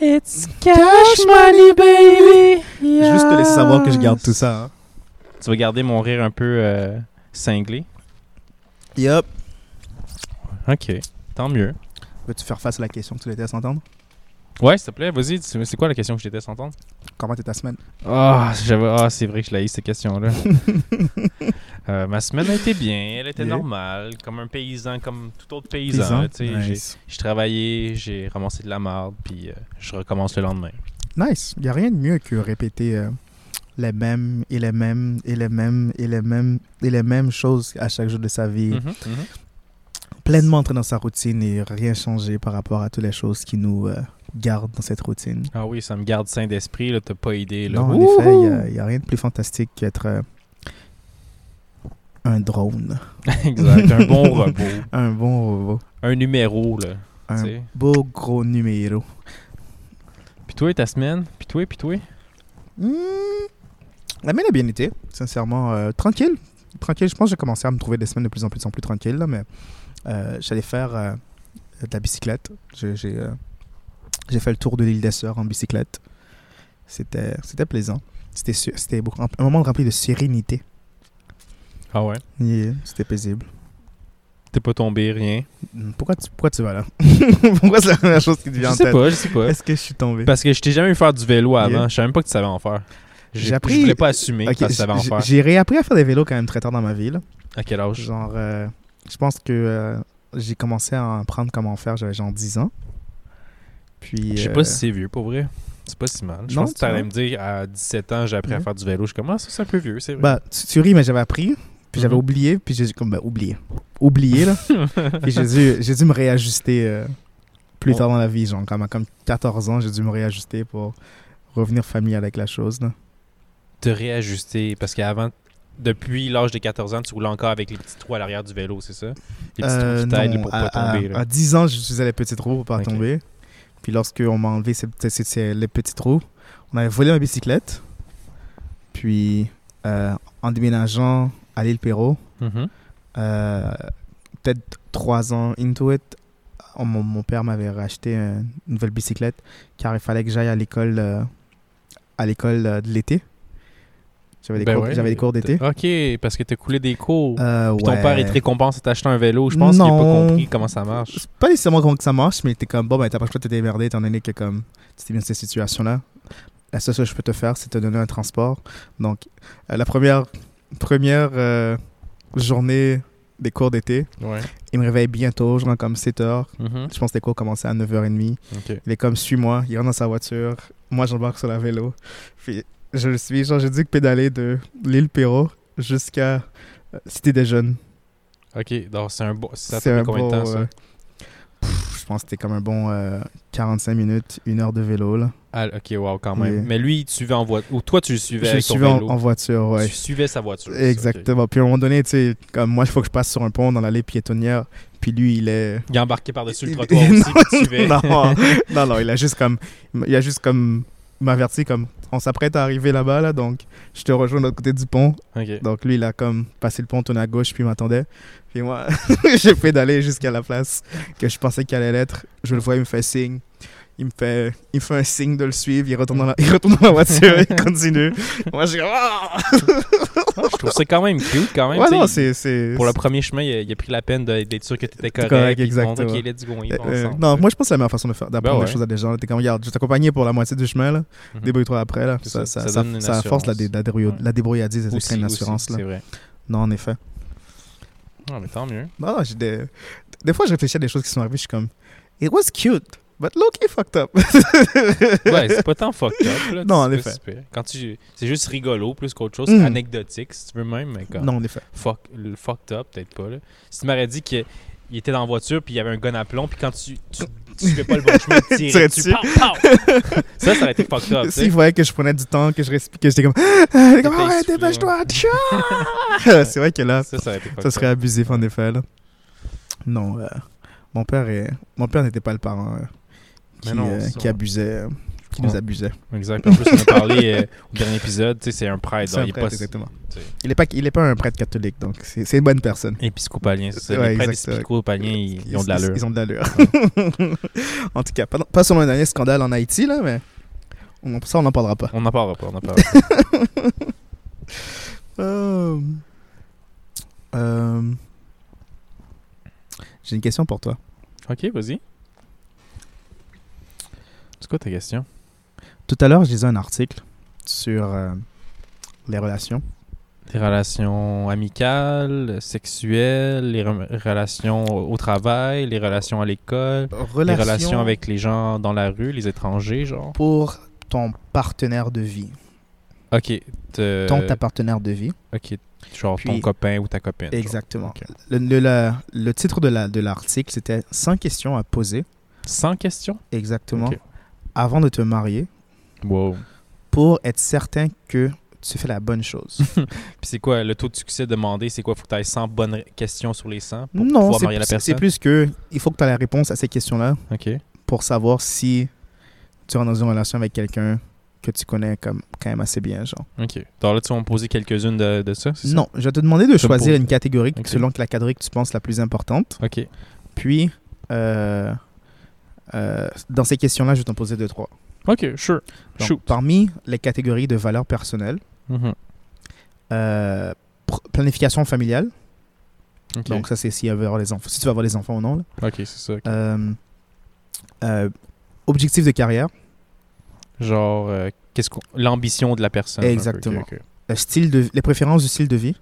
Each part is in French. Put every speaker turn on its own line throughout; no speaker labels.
It's cash money, baby.
Juste te laisser savoir que je
Yes.
garde tout ça. hein.
Tu vas garder mon rire un peu euh, cinglé.
Yup.
Ok, tant mieux.
Veux-tu faire face à la question que tu l'étais à s'entendre?
Ouais, s'il te plaît, vas-y, tu- c'est quoi la question que j'étais sans entendre?
Comment était ta semaine?
Ah, j'avais- ah, c'est vrai que je l'ai eu, cette question-là. Euh, ma semaine a été bien, elle était
Yeah.
normale, comme un paysan, comme tout autre paysan. là, tu sais, j'ai-
hein? Nice.
J'ai travaillé, j'ai ramassé de la marde, puis euh, je recommence le lendemain.
Nice. Il n'y a rien de mieux que répéter euh, les mêmes et les mêmes et les mêmes et les mêmes et les mêmes choses à chaque jour de sa vie.
Mhm, mhm.
Pleinement entrer dans sa routine et rien changer par rapport à toutes les choses qui nous euh, gardent dans cette routine.
Ah oui, ça me garde sain d'esprit, là, t'as pas idée. Là.
Non, en
Ouh!
effet, il n'y a, rien de plus fantastique qu'être euh, un drone,
exact, un bon robot,
un bon robot,
un numéro, là, tu
un
sais.
beau gros numéro.
Puis toi, ta semaine? Puis toi, puis toi?
Hmm. La mienne a bien été, sincèrement. euh, tranquille. Tranquille, je pense que j'ai commencé à me trouver des semaines de plus en plus en plus tranquille, là, mais euh, j'allais faire euh, de la bicyclette. J'ai j'ai, euh, j'ai fait le tour de l'île des Sœurs en bicyclette. C'était c'était plaisant. C'était su- c'était beaucoup- un moment rempli de sérénité.
Ah ouais?
Yeah, C'était paisible.
T'es pas tombé, rien?
Hmm, Pourquoi tu, pourquoi tu vas là Pourquoi c'est la première chose qui te
Je
vient en
sais
tête
pas, je sais pas.
Est-ce que je suis tombé
Parce que je t'ai jamais vu faire du vélo avant,
Yeah.
je savais même pas que tu savais en faire. J'ai-
J'ai appris-
Je voulais pas assumer
Ok,
que tu savais en
j-
faire.
J'ai réappris à faire des vélos quand même très tard dans ma vie. là.
À quel âge?
Genre, euh, je pense que euh, j'ai commencé à apprendre comment faire, j'avais genre 10 ans. Puis.
Je sais
euh,
pas si c'est vieux, pour vrai. C'est pas si mal. Je
Non,
pense que
tu
t'allais
vois.
me dire à 17 ans, j'ai appris à
Mhm.
faire du vélo. Je commence, c'est un peu vieux, c'est vrai.
Bah, tu, tu ris, mais j'avais appris. Puis j'avais
Mhm.
oublié, puis j'ai comme, bah, oublié. Oublié, là. puis j'ai dû, j'ai dû me réajuster euh, plus
On-
tard dans la vie, genre, comme à comme 14 ans, j'ai dû me réajuster pour revenir familier avec la chose, là.
te réajuster parce qu'avant depuis l'âge des 14 ans, tu roules encore avec les petits trous à l'arrière du vélo, c'est ça Les petits
Euh,
trous qui t'aident
non,
pour
à,
pas tomber.
à-
là.
à 10 ans, je faisais les petits trous pour pas
Ok.
tomber. Puis lorsqu'on m'a enlevé ces, ces- ces- ces- les petits trous, on avait volé ma bicyclette. Puis euh, en déménageant à l'île Perrault,
Mhm.
euh, peut-être 3 ans into it, on- mon, mon père m'avait racheté une nouvelle bicyclette car il fallait que j'aille à l'école euh, à l'école euh, de l'été. J'avais des,
Ben
cours-
ouais.
j'avais des cours d'été.
OK, parce que t'as coulé des cours.
Euh,
Puis ton
ouais.
père, il te récompense en t'achetant un vélo. Je pense qu'il a pas
Non.
compris comment ça marche.
C'est pas nécessairement comment que ça marche, mais t'es comme, bon, ben, t'as pas le choix de te démerder étant donné que, comme, tu t'es mis dans cette situation-là. La seule chose que je peux te faire, c'est te donner un transport. Donc, euh, la première, première euh, journée des cours d'été,
Ouais.
il me réveille bientôt, genre comme 7 h.
Mhm.
Je pense que les cours commençaient à 9h30.
OK.
Il est comme, suis-moi, il rentre dans sa voiture. Moi, j'embarque sur la vélo. Puis, je le suis. Genre, j'ai dû pédaler de l'île Perrault jusqu'à euh, Cité des Jeunes.
OK, donc c'est un bon ça
C'est
t'a
un
pris combien de temps
bon,
ça
euh, pff, je pense que c'était comme un bon euh, 45 minutes, une heure de vélo. Là.
Ah, OK, wow, quand même.
Yeah.
Mais lui, il te suivait en voiture ou toi tu le suivais
Je
avec ton
suivais en,
vélo.
en voiture, ouais.
Tu suivais sa voiture. c'est ça, OK.
Exactement. Puis à un moment donné, tu sais, comme moi, il faut que je passe sur un pont dans l'allée piétonnière. Puis lui, il est.
Il embarquait par-dessus le
Il-
trottoir
Non.
aussi, puis tu suivais.
non, non, non, il a juste comme. Il a juste comme. M'averti comme. On s'apprête à arriver là-bas, là. Donc, je te rejoins de l'autre côté du pont.
OK.
Donc, lui, il a comme passé le pont, tourné à gauche, puis il m'attendait. Puis moi, j'ai pédalé jusqu'à la place que je pensais qu'il allait l'être. Je le vois, il me fait signe. Il me fait, il me fait un signe de le suivre. Il retourne dans la, il retourne dans la voiture, il continue. Moi, je suis comme, Ah!
Ah, Je trouve ça quand même cute quand même.
Ouais,
tu sais,
non,
il-
c'est. c'est-
Pour le premier chemin, il a, il a pris la peine de- d'être sûr que tu étais correct.
correct,
puis de
exactement.
montrer qu'il est du goin.
Euh, euh, non, moi je pense que c'est la meilleure façon de faire d'apprendre
Ben ouais.
des choses à des gens. T'es comme regarde, je vais t'accompagner pour la moitié du chemin là,
Mhm.
débrouille-toi après là.
C'est
Ça,
ça,
ça,
ça
ça-
donne une
ça force la, dé-
assurance.
la, débrouille-
Ouais.
la débrouilladise et ça crée une assurance là.
C'est vrai.
Non, en effet.
Non, mais tant mieux.
Non, non, j'ai des... des fois, je réfléchis à des choses qui sont arrivées, je suis comme, it was cute, but low-key fucked up.
Ouais, c'est pas tant fucked up. Là,
Non, en
c'est pas
effet.
si pire. Quand tu, c'est juste rigolo plus qu'autre chose,
Mm.
anecdotique si tu veux même. Mais comme
non, en effet.
fuck, le fucked up, peut-être pas. Là. Si tu m'aurais dit qu'il était dans la voiture puis il y avait un gun à plomb, puis quand tu, tu, tu fais pas le bon chemin, tu
Tirais
tires dessus.
dessus.
pow, pow! ça, ça aurait été fucked up. tu sais.
S'ils voyaient que je prenais du temps, que je respirais, que j'étais comme, ah, comme,
T'étais
ah,
essoufflé,
dépêche-toi, tcha! C'est vrai que là,
ça, ça aurait été fucked
ça serait
up.
abusif en effet. Là. Non, euh, mon père est... mon père n'était pas le parent euh,
Mais
qui,
non,
euh,
ça-
qui abusait, euh, qui qui nous
Ouais.
abusait.
Exact. En plus, on a parlé euh, au dernier épisode, tu sais, c'est un prêtre.
C'est un
il est
prêtre,
pas-
exactement.
tu sais.
Il n'est pas, il est pas un prêtre catholique, donc c'est c'est une bonne personne.
Épiscopalien, c'est ça.
Ouais,
les prêtres
exact, ouais.
épiscopaliens, ils, ils ont de l'allure.
Ils, ont de l'allure. en tout cas, pas, pas sur le dernier scandale en Haïti, là, mais on, ça, on n'en parlera pas.
On n'en parlera pas, on n'en parlera pas.
Euh, euh, J'ai une question pour toi.
ok, vas-y. C'est quoi ta question?
Tout à l'heure, je lisais un article sur euh, les relations.
Les relations amicales, sexuelles, les rem- relations au au travail, les relations à l'école, les relations avec les gens dans la rue, les étrangers, genre.
Pour ton partenaire de vie.
Ok. te-
Ton, ta partenaire de vie.
Ok. Genre ton
Puis-
copain ou ta copine. genre.
Exactement.
Ok.
Le, le- la- le titre de la- de l'article, c'était 100 questions à poser,
Sans question?
exactement,
Ok.
avant de te marier,
Wow.
pour être certain que tu fais la bonne chose.
Puis c'est quoi le taux de succès demandé? C'est quoi? Faut que tu 100 bonnes ré- questions sur les 100 pour
non,
pouvoir
c'est
marier la
plus- c'est
personne?
plus que il faut que tu aies la réponse à ces questions-là
Ok.
pour savoir si tu rentres dans une relation avec quelqu'un que tu connais comme quand même assez bien, genre.
Ok. Donc là, tu vas me poser quelques-unes de, de ça? c'est ça?
Non, je vais te demander de
Ça me
choisir
pose-
une catégorie
Ok.
selon que la catégorie que tu penses la plus importante.
Ok.
Puis, euh, euh, dans ces questions-là, je vais t'en poser deux, trois.
Ok, sure.
Donc,
Shoot.
parmi les catégories de valeurs personnelles,
Mhm.
euh, pr- planification familiale,
Ok.
donc ça c'est s'il y a avoir les enfants, si tu vas avoir les enfants ou non. là.
Ok, c'est ça. ok.
Euh, euh, objectif de carrière,
Genre, euh, qu'est-ce qu'on... l'ambition de la personne. un peu,
Exactement.
ok, ok.
euh, style de, les préférences du style de vie,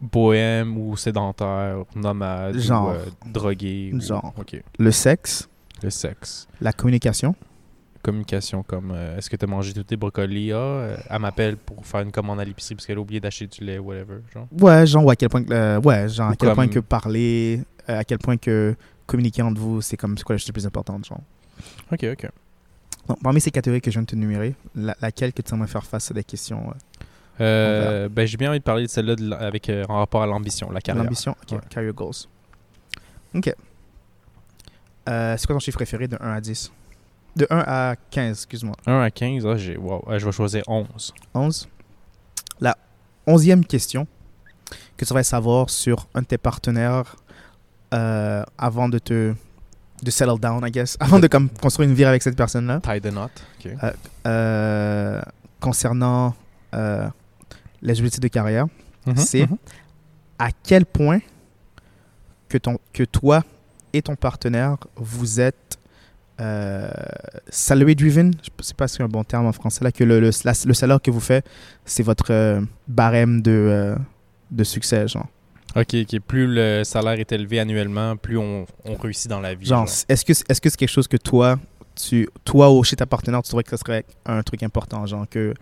Bohème ou sédentaire, ou nomade, ou,
Genre.
euh, drogué. ou-
Genre.
Ok.
le sexe,
Le sexe.
la communication,
Communication comme euh, est-ce que t'as mangé tous tes brocolis? Ah, euh, elle m'appelle pour faire une commande à l'épicerie parce qu'elle a oublié d'acheter du lait, whatever. Genre.
ouais genre ou à quel point que- euh, ouais genre
Ou
à quel point
comme-
que parler, euh, à quel point que communiquer entre vous c'est comme c'est quoi la chose la plus importante genre.
Ok, ok.
Donc, parmi ces catégories que je viens de te numérer, la- laquelle que tu aimerais faire face à des questions euh,
Euh, ben, j'ai bien envie de parler de celle-là de l- avec, euh, en rapport à l'ambition, la carrière.
L'ambition, ok.
Ouais.
Career goals. Ok. Euh, c'est quoi ton chiffre préféré de 1 à 10 De 1 à 15, excuse-moi.
1 à 15, ah, j'ai... wow, ah, je vais choisir 11.
11. La onzième question que tu vas savoir sur un de tes partenaires euh, avant de te de settle down, I guess, avant de comme, construire une vie avec cette personne-là,
Tie the knot. Ok.
Ah, Euh, concernant euh, les objectifs de carrière.
Mhm,
c'est
mhm.
à quel point que, ton, que toi et ton partenaire, vous êtes euh, salary driven. Je ne sais pas si c'est un bon terme en français, là, que le, le, la- le salaire que vous faites, c'est votre euh, barème de, euh, de succès. Genre,
Ok, ok. Plus le salaire est élevé annuellement, plus on, on réussit dans la vie.
genre
genre.
est-ce que c'est -ce que c'est quelque chose que toi, tu, toi ou chez ta partenaire, tu trouverais que ce serait un truc important, genre que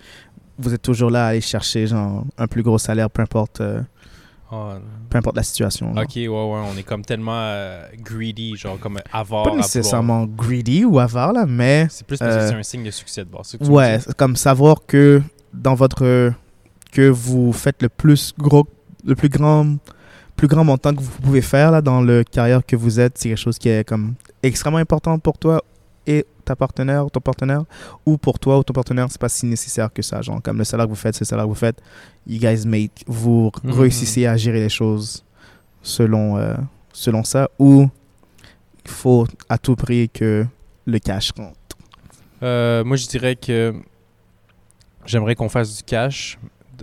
vous êtes toujours là à aller chercher genre, un plus gros salaire, peu importe, euh,
Ah, non.
peu importe la situation. genre.
Ok, ouais, ouais, on est comme tellement euh, greedy, genre comme avare. à
Pas
vouloir.
nécessairement greedy ou avare, là, mais
C'est plus parce que
Euh,
c'est un signe de succès de base. c'est ce que tu me
Ouais,
dis?
c'est comme savoir que dans votre que vous faites le plus gros le plus grand plus grand montant que vous pouvez faire là dans le carrière que vous êtes, c'est quelque chose qui est comme extrêmement important pour toi et ta partenaire, ou ton partenaire ou pour toi ou ton partenaire, c'est pas si nécessaire que ça, genre comme le salaire que vous faites, c'est le salaire que vous faites, you guys make vous
Mhm.
réussissez à gérer les choses selon euh, selon ça ou il faut à tout prix que le cash rentre.
Euh, moi, je dirais que j'aimerais qu'on fasse du cash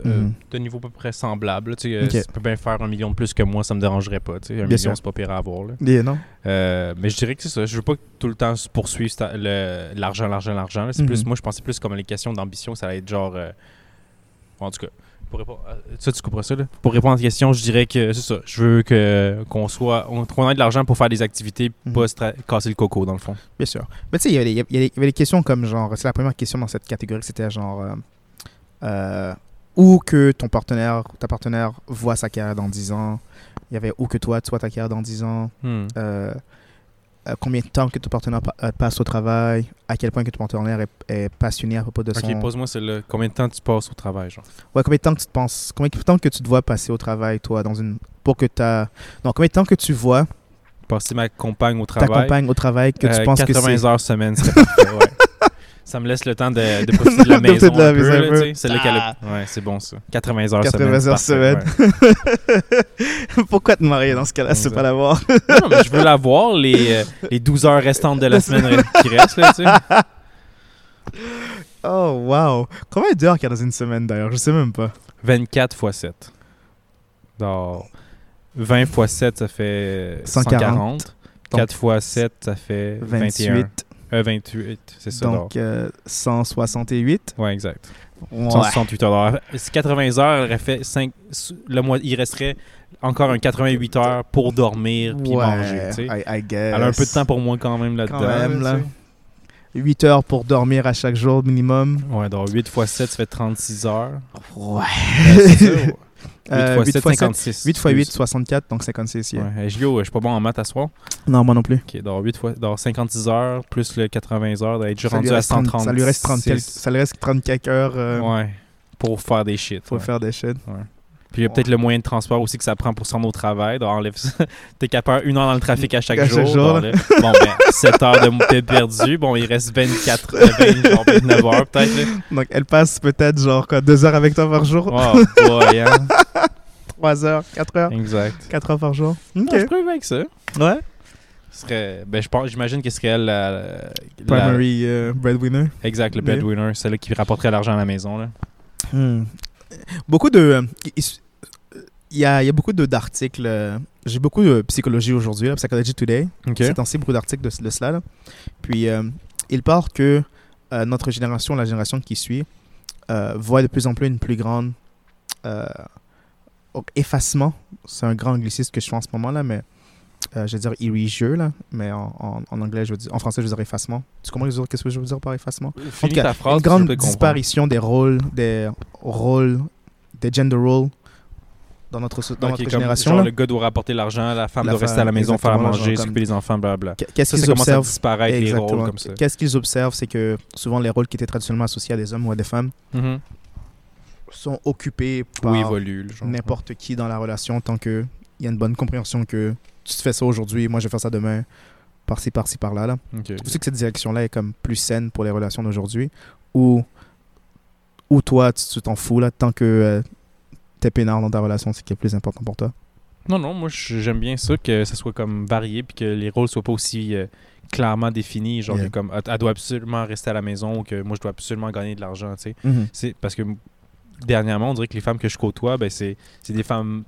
euh,
Mhm.
de niveau à peu près semblable. là, Tu sais, euh,
Ok.
si tu peux bien faire un million de plus que moi, ça me dérangerait pas. tu sais. Un
Bien
million,
sûr.
c'est pas pire à avoir. là.
Et non
Euh, mais je dirais que c'est ça. Je veux pas que tout le temps se poursuive sta- le- l'argent, l'argent, l'argent. là. C'est plus,
Mhm.
moi, je pensais plus comme les questions d'ambition, ça allait être genre. euh, En tout cas, pour répondre, à- ça, tu comprends ça là? Pour répondre à la question, je dirais que c'est ça. Je veux que qu'on soit, on, qu'on ait de l'argent pour faire des activités,
Mhm.
pas se tra- casser le coco dans le fond.
Bien sûr. Mais tu sais, il y avait des- il y avait- il y avait des questions comme genre, c'est la première question dans cette catégorie, que c'était genre, euh, euh, où que ton partenaire, ta partenaire voit sa carrière dans 10 ans. Il y avait où que toi, tu vois ta carrière dans 10 ans.
Hmm.
Euh, euh, combien de temps que ton partenaire pa- euh, passe au travail. À quel point que ton partenaire est, est passionné à propos de son...
Ok, pose-moi celle-là. Combien de temps tu passes au travail, genre?
Ouais, combien de temps que tu te penses, combien de temps que tu te vois passer au travail, toi, dans une... Pour que ta... Non, combien de temps que tu vois
Passer ma compagne au
ta
travail.
compagne au travail que tu
euh,
penses que
80
c'est...
heures semaine, serait parfait, ouais. Ça me laisse le temps de, de profiter de la
De profiter
maison.
de la
un peu,
maison un
là,
peu.
tu sais. Celle-là qu'elle a- Ouais, c'est bon Ah, ça. 80 heures
80 heures
semaine.
semaine.
parfait, ouais.
Pourquoi te marier dans ce cas-là, c'est
Exact.
pas l'avoir?
Non, mais je veux la voir les, euh, les 12 heures restantes de la semaine qui restent. Là, tu sais.
Oh, wow. Combien d'heures qu'il y a dans une semaine d'ailleurs? Je sais même pas.
24 fois 7. Donc, 20 fois 7, ça fait 140.
140.
4 fois 7, ça fait 21.
28.
Euh, 28, c'est ça.
Donc, euh, 168.
donc. Ouais, exact.
Ouais.
168 heures. Si 80 heures, il, aurait fait cinq- le mois, il resterait encore un 88 heures pour dormir puis
Ouais,
manger. tu sais.
I, I guess.
Elle a un peu de temps pour moi quand même là-dedans.
Quand même,
là,
là.
tu
8 heures pour dormir à chaque jour minimum.
sais. Ouais, donc 8 fois 7, ça fait 36 heures.
Ouais.
Euh, c'est ça, ouais. 8
Euh,
fois
huit
7,
fois sept-
56.
8 fois 8, 64, donc 56. yeah.
Ouais. Hey, Gio, je suis pas bon en maths à soir.
Non, moi non plus.
Ok, donc 8 fois, donc 56 heures plus le 80 heures, d'être déjà
Ça lui
rendu à
reste
130.
Ça lui reste 30 quelques, ça lui reste 30 quelques heures euh,
Ouais, pour faire des shit.
pour
ouais.
faire des chaînes.
Puis il y a peut-être le moyen de transport aussi que ça prend pour se rendre au travail. Donc enlève ça. T'es capable une heure dans le trafic à chaque
À
jour.
chaque jour,
donc là, bon, ben, 7 heures de montée perdue. Bon, il reste 24, euh, 20, genre 29 heures peut-être. là.
Donc elle passe peut-être genre quoi, 2 heures avec toi par jour,
Oh, boy, hein.
3 heures, 4 heures,
Exact.
4 heures par jour.
Non, je suis pas avec ça.
Ouais.
Ce Serait, ben, je pense, j'imagine que ce serait elle la, la-
Primary euh, breadwinner.
exact, le
Mais-
breadwinner, celle qui rapporterait l'argent à la maison. Là.
Hmm. Beaucoup de. euh, Il il y, a, il y a beaucoup de- d'articles. euh, J'ai beaucoup de psychologie aujourd'hui, là, Psychology Today.
Ok.
C'est ainsi beaucoup d'articles de, de cela. là. Puis, euh, il part que euh, notre génération, la génération qui suit, euh, voit de plus en plus une plus grande euh, donc, effacement. C'est un grand anglicisme que je fais en ce moment, là, mais euh, je vais dire irrigeux, là, mais en, en- en anglais, je veux dire, en français, je veux dire effacement. Tu comprends les autres? Qu'est-ce que je veux dire par effacement? En
Finis
tout cas,
ta phrase,
une
puis je
grande
peux comprendre.
disparition des rôles, des rôles, des gender roles dans notre, so- dans
Ok,
notre
comme
génération.
genre,
là.
le gars doit rapporter l'argent, la femme
La
doit rester
femme,
à la maison, faire à
exactement,
manger,
genre comme-
s'occuper des enfants, blablabla.
Qu'est-ce
Ça, ça
qu'ils
commence à
observent
disparaître les rôles
Exactement.
comme ça.
Qu'est-ce qu'ils observent, c'est que souvent les rôles qui étaient traditionnellement associés à des hommes ou à des femmes
Mhm.
sont occupés
Ou
par
évolue. le genre.
n'importe qui dans la relation tant que il y a une bonne compréhension que tu te fais ça aujourd'hui, moi je vais faire ça demain, par-ci, par-ci, par-là. Là.
Ok.
Je sais que cette direction-là est comme plus saine pour les relations d'aujourd'hui, où, où toi, tu tu t'en fous, là, tant que euh, t'es peinard dans ta relation, c'est ce qui est le plus important pour toi.
Non, non, moi je- j'aime bien ça, que ça soit comme varié, puis que les rôles soient pas aussi euh, clairement définis. Genre,
Yeah.
que comme, elle- elle doit absolument rester à la maison ou que moi je dois absolument gagner de l'argent, tu sais. C'est parce que m- dernièrement, on dirait que les femmes que je côtoie, ben, c'est c'est des femmes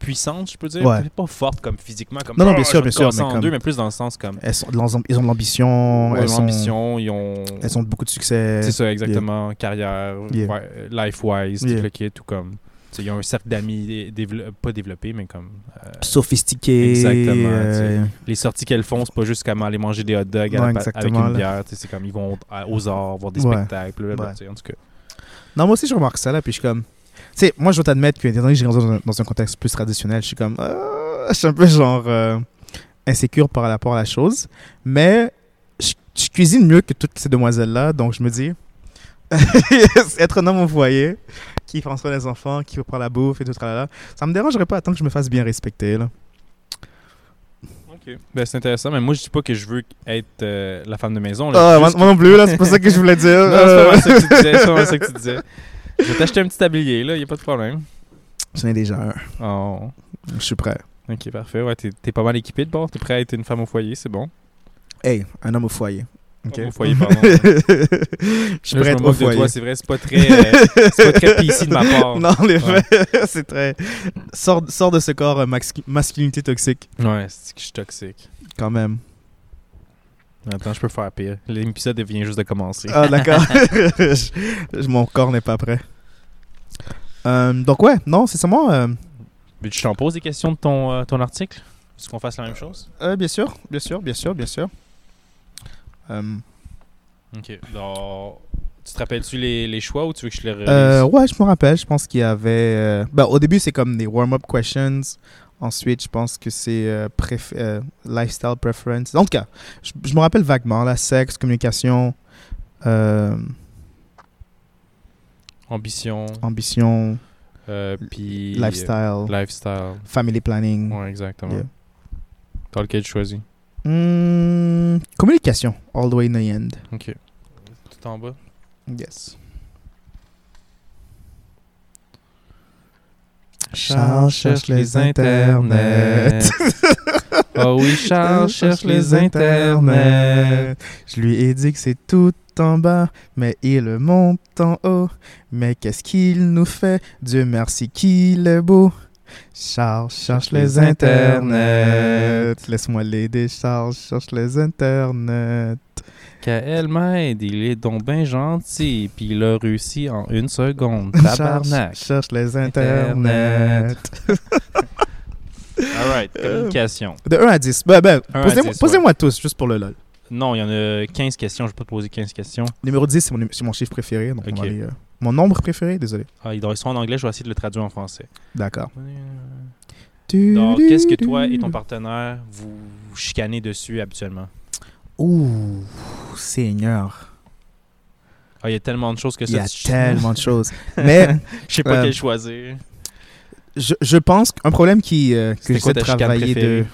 puissantes, je peux dire.
Ouais.
Peut-être Pas fortes comme physiquement, comme
Non, non,
Ah,
bien
je
sûr,
vais
bien
te
sûr,
casser
mais
en
comme-
deux, mais plus dans le sens comme
Elles, sont de l'ambition- ils ont de l'ambition,
ouais,
elles, sont-
l'ambition, ils ont.
elles ont beaucoup de succès.
C'est ça, exactement. Carrière,
Yeah.
ouais, euh, life-wise,
Yeah.
tout le kit, ou comme. tu sais, Ils ont un cercle d'amis, dé- dévelop- pas développé, mais comme. euh,
Sophistiqué.
Exactement,
euh,
les sorties qu'elles font, c'est pas juste comme aller manger des hot dogs à la
Ouais,
pa- avec
exactement,
une
là.
bière. tu sais, C'est comme ils vont à- aux arts, voir des
Ouais.
spectacles. blablabla,
Ouais.
tu sais, En tout cas.
Non, moi aussi, je remarque ça, là, puis je suis comme... Tu sais, moi, je dois t'admettre que, étant donné que j'ai grandi dans un, dans un contexte plus traditionnel, je suis comme... euh, je suis un peu, genre, euh, insécure par rapport à la chose, mais je, je cuisine mieux que toutes ces demoiselles-là, donc je me dis... être un homme au foyer, qui prend soin des enfants, qui prend la bouffe et tout, tralala, ça me dérangerait pas à tant que je me fasse bien respecter, là.
Ben, c'est intéressant, mais moi je dis pas que je veux être euh, la femme de maison.
Ah,
Là,
moi,
Juste
moi non plus, là, c'est pas ça que je voulais dire.
que- Non, c'est pas
Euh,
mal ça que tu disais, c'est pas mal ça que tu disais. Je vais t'acheter un petit tablier, là, y a pas de problème.
J'en ai déjà un.
Oh.
Je suis prêt.
Ok, parfait. Ouais, t'es t'es pas mal équipé de bord. T'es prêt à être une femme au foyer, c'est bon.
Hey, un homme au foyer. Ok.
Homme au foyer, pardon.
je suis
Là, je
prêt à
me
être au
moque de
foyer.
toi, c'est vrai, c'est pas très, euh, c'est pas très PC de ma part.
Non, en
Ouais.
effet, c'est très. Sors, sors de ce corps euh, maxi- masculinité toxique,
Ouais, c'est que je suis toxique.
quand même.
Attends, je peux faire pire. L'épisode vient juste de commencer.
Ah, d'accord. Je- je- Mon corps n'est pas prêt. Euh, donc, ouais, non, c'est seulement. euh,
Mais tu t'en poses des questions de ton, euh, ton article Est-ce qu'on fasse la même chose
euh, bien sûr, bien sûr, bien sûr, bien sûr. Euh,
Ok. Donc, tu te rappelles-tu les, les choix ou tu veux que je les relise
euh, ouais, je me rappelle, je pense qu'il y avait. euh, ben, au début, c'est comme des warm-up questions. Ensuite, je pense que c'est euh, préf- euh, lifestyle preference. En tout cas, je, je me rappelle vaguement, la sexe, communication, euh,
Ambition,
ambition,
euh, puis.
lifestyle.
Lifestyle.
Family planning.
Ouais, exactement.
Yeah.
Dans lequel tu choisis
Hmm, communication, all the way in the end.
Ok. tout en bas.
Yes.
Charles cherche les internets. oh oui, Charles cherche les internets.
Je lui ai dit que c'est tout en bas, mais il monte en haut. Mais qu'est-ce qu'il nous fait? Dieu merci qu'il est beau. Charles cherche les internets. Laisse-moi l'aider, Charles cherche les internets.
Qu'elle m'aide, il est donc bien gentil, puis il a réussi en une seconde. Tabarnak.
Cherche, cherche les internets.
All right, communication.
De 1 à 10. Ben, ben,
Un à
posez-moi
10,
posez-moi tous, juste pour le lol.
Non, il y en a 15 questions, je peux pas te poser 15 questions.
Numéro 10, c'est mon, c'est mon chiffre préféré. Donc on va
Ok.
aller, euh, mon nombre préféré, désolé.
Ah, ils sont en anglais, je vais essayer de le traduire en français.
D'accord.
Donc, qu'est-ce que toi et ton partenaire vous vous chicanez dessus habituellement?
Ouh, Seigneur.
Ah, il y a tellement de choses que ça.
Il y a
tu-
tellement de choses. Mais
Je sais pas
Euh,
quel choisir.
je, je pense qu'un problème qui, euh, que
C'était
j'essaie
quoi
de
ta chicane
travailler de.
préférée?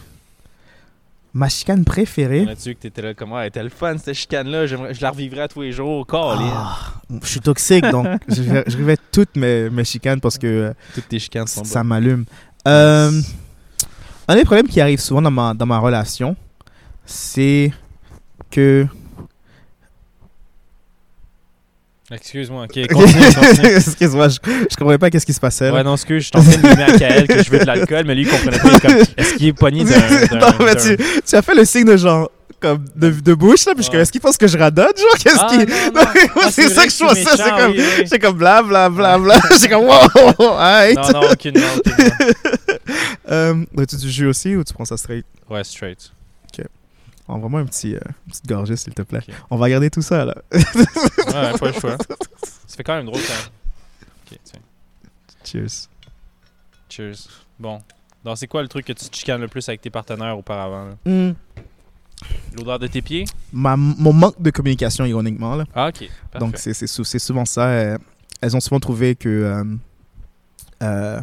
Ma chicane
On
préférée.
a-tu vu que t'étais là comment? Elle était le fun, cette chicane-là. j'aimerais- Je la revivrais à tous les jours. Colin.
Ah, je suis toxique, donc je, vais- je rêvais toutes mes, mes chicanes parce que euh,
Toutes tes chicanes sont
ça m'allume. Euh, un des problèmes qui arrive souvent dans ma, dans ma relation, c'est que.
bonnes. Excuse-moi. Ok, continue, continue.
Excuse-moi, je, je comprenais pas qu'est-ce qui se passait. là.
Ouais, non, excuse, je suis en train de donner à Kael que je veux de l'alcool, mais lui, il comprenait pas. Il est comme, est-ce qu'il est pogné d'un. d'un-
Non, mais
d'un-
tu, tu as fait le signe de genre comme de, de bouche là, puis je suis comme,
Ouais.
est-ce qu'il pense que je radote genre qu'est-ce
Ah,
qui
non, non. Ah,
c'est ça
vrai
que je pensais,
méchant,
c'est comme
oui, oui.
j'ai comme bla bla bla bla, j'ai comme wow, arrête.
Non, non, aucune non, aucune non.
Euh, tu du jus aussi ou tu prends ça straight
Ouais, straight.
On vraiment un petit euh, une petite gorgée s'il te plaît.
Ok.
On va garder tout ça là.
Ouais, pas le choix. Ça fait quand même drôle quand même. Ok, tiens.
Cheers.
Cheers. Bon. Donc, c'est quoi le truc que tu te chicanes le plus avec tes partenaires auparavant? là? L'odeur de tes pieds?
Ma, mon manque de communication ironiquement là.
Ah, ok. Parfait.
Donc c'est c'est sou- c'est souvent ça. euh, elles ont souvent trouvé que euh, euh,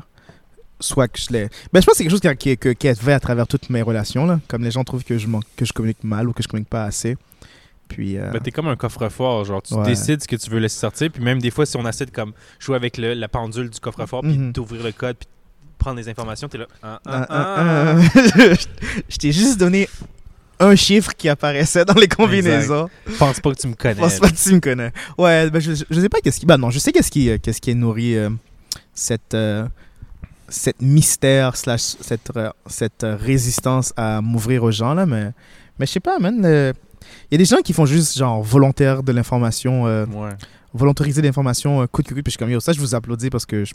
soit que je les. Ben je pense que c'est quelque chose qui qui que- qui est vrai à travers toutes mes relations là. Comme les gens trouvent que je manque, que je communique mal ou que je communique pas assez. Puis euh,
Ben, t'es comme un coffre-fort, genre tu
Ouais.
décides ce que tu veux laisser sortir, puis même des fois si on essaie de comme jouer avec le- la pendule du coffre-fort, puis
Mhm.
d'ouvrir le code, puis prendre des informations, t'es là. Ah, ah,
un- un-
ah.
un- je t'ai juste donné un chiffre qui apparaissait dans les combinaisons.
Pense pas que tu me
Je
connais.
pense pas que tu me connais. Ouais, ben, je, je- je sais pas qu'est-ce qui. Ben non, je sais qu'est-ce qui, euh, qu'est-ce qui a nourri euh, cette, euh, cette mystère, slash, cette, euh, cette euh, résistance à m'ouvrir aux gens, là, mais, mais je sais pas, man. le- Il y a des gens qui font juste, genre, volontaire de l'information, euh,
Ouais.
volontariser de l'information, euh, coup de cul, puis je suis comme, yo, ça, je vous applaudis parce que je,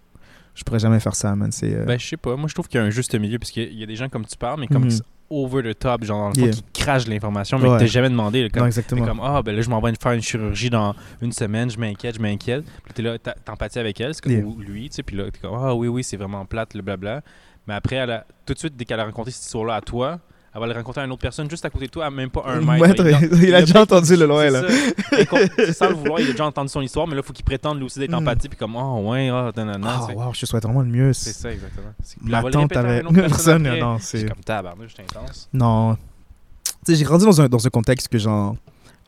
je pourrais jamais faire ça, man. C'est. euh,
Ben, je sais pas. Moi, je trouve qu'il y a un juste milieu, parce qu'il y a des gens comme tu parles, mais comme
Mhm.
qui sont over the top, genre dans le fond,
Yeah.
qui crachent de l'information, mais
Ouais.
que t'as jamais demandé. là, comme,
non,
T'es
exactement.
comme, ah, ben là, je m'en vais faire une chirurgie dans une semaine, je m'inquiète, je m'inquiète. Puis t'es là, t'a- t'empathies avec elle, c'est comme
Yeah.
ou lui, tu sais. Puis là, t'es comme, ah oui, oui, c'est vraiment plate, le blabla. Mais après, elle a- tout de suite, dès qu'elle a rencontré cette histoire-là à toi, elle va le rencontrer à une autre personne juste à côté de toi, à même pas un mètre.
Maître,
Genre,
il a
le
déjà
mec,
entendu le loin,
c'est
là.
ça. Incon- sans le vouloir, il a déjà entendu son histoire, mais là, faut qu'il prétende lui aussi d'être
Mm.
empathique, puis comme, oh, ouais, ah, non, non, non.
Ah,
tu sais.
wow, je te souhaite vraiment le mieux.
C'est ça, exactement. C'est- puis
Ma
elle va le
tante
répéter à
avait
une autre personne.
personne,
après.
non,
C'est
c'est.
comme tabarnouche, c'est intense.
Non. Tu sais, j'ai grandi dans un, dans un contexte que, genre,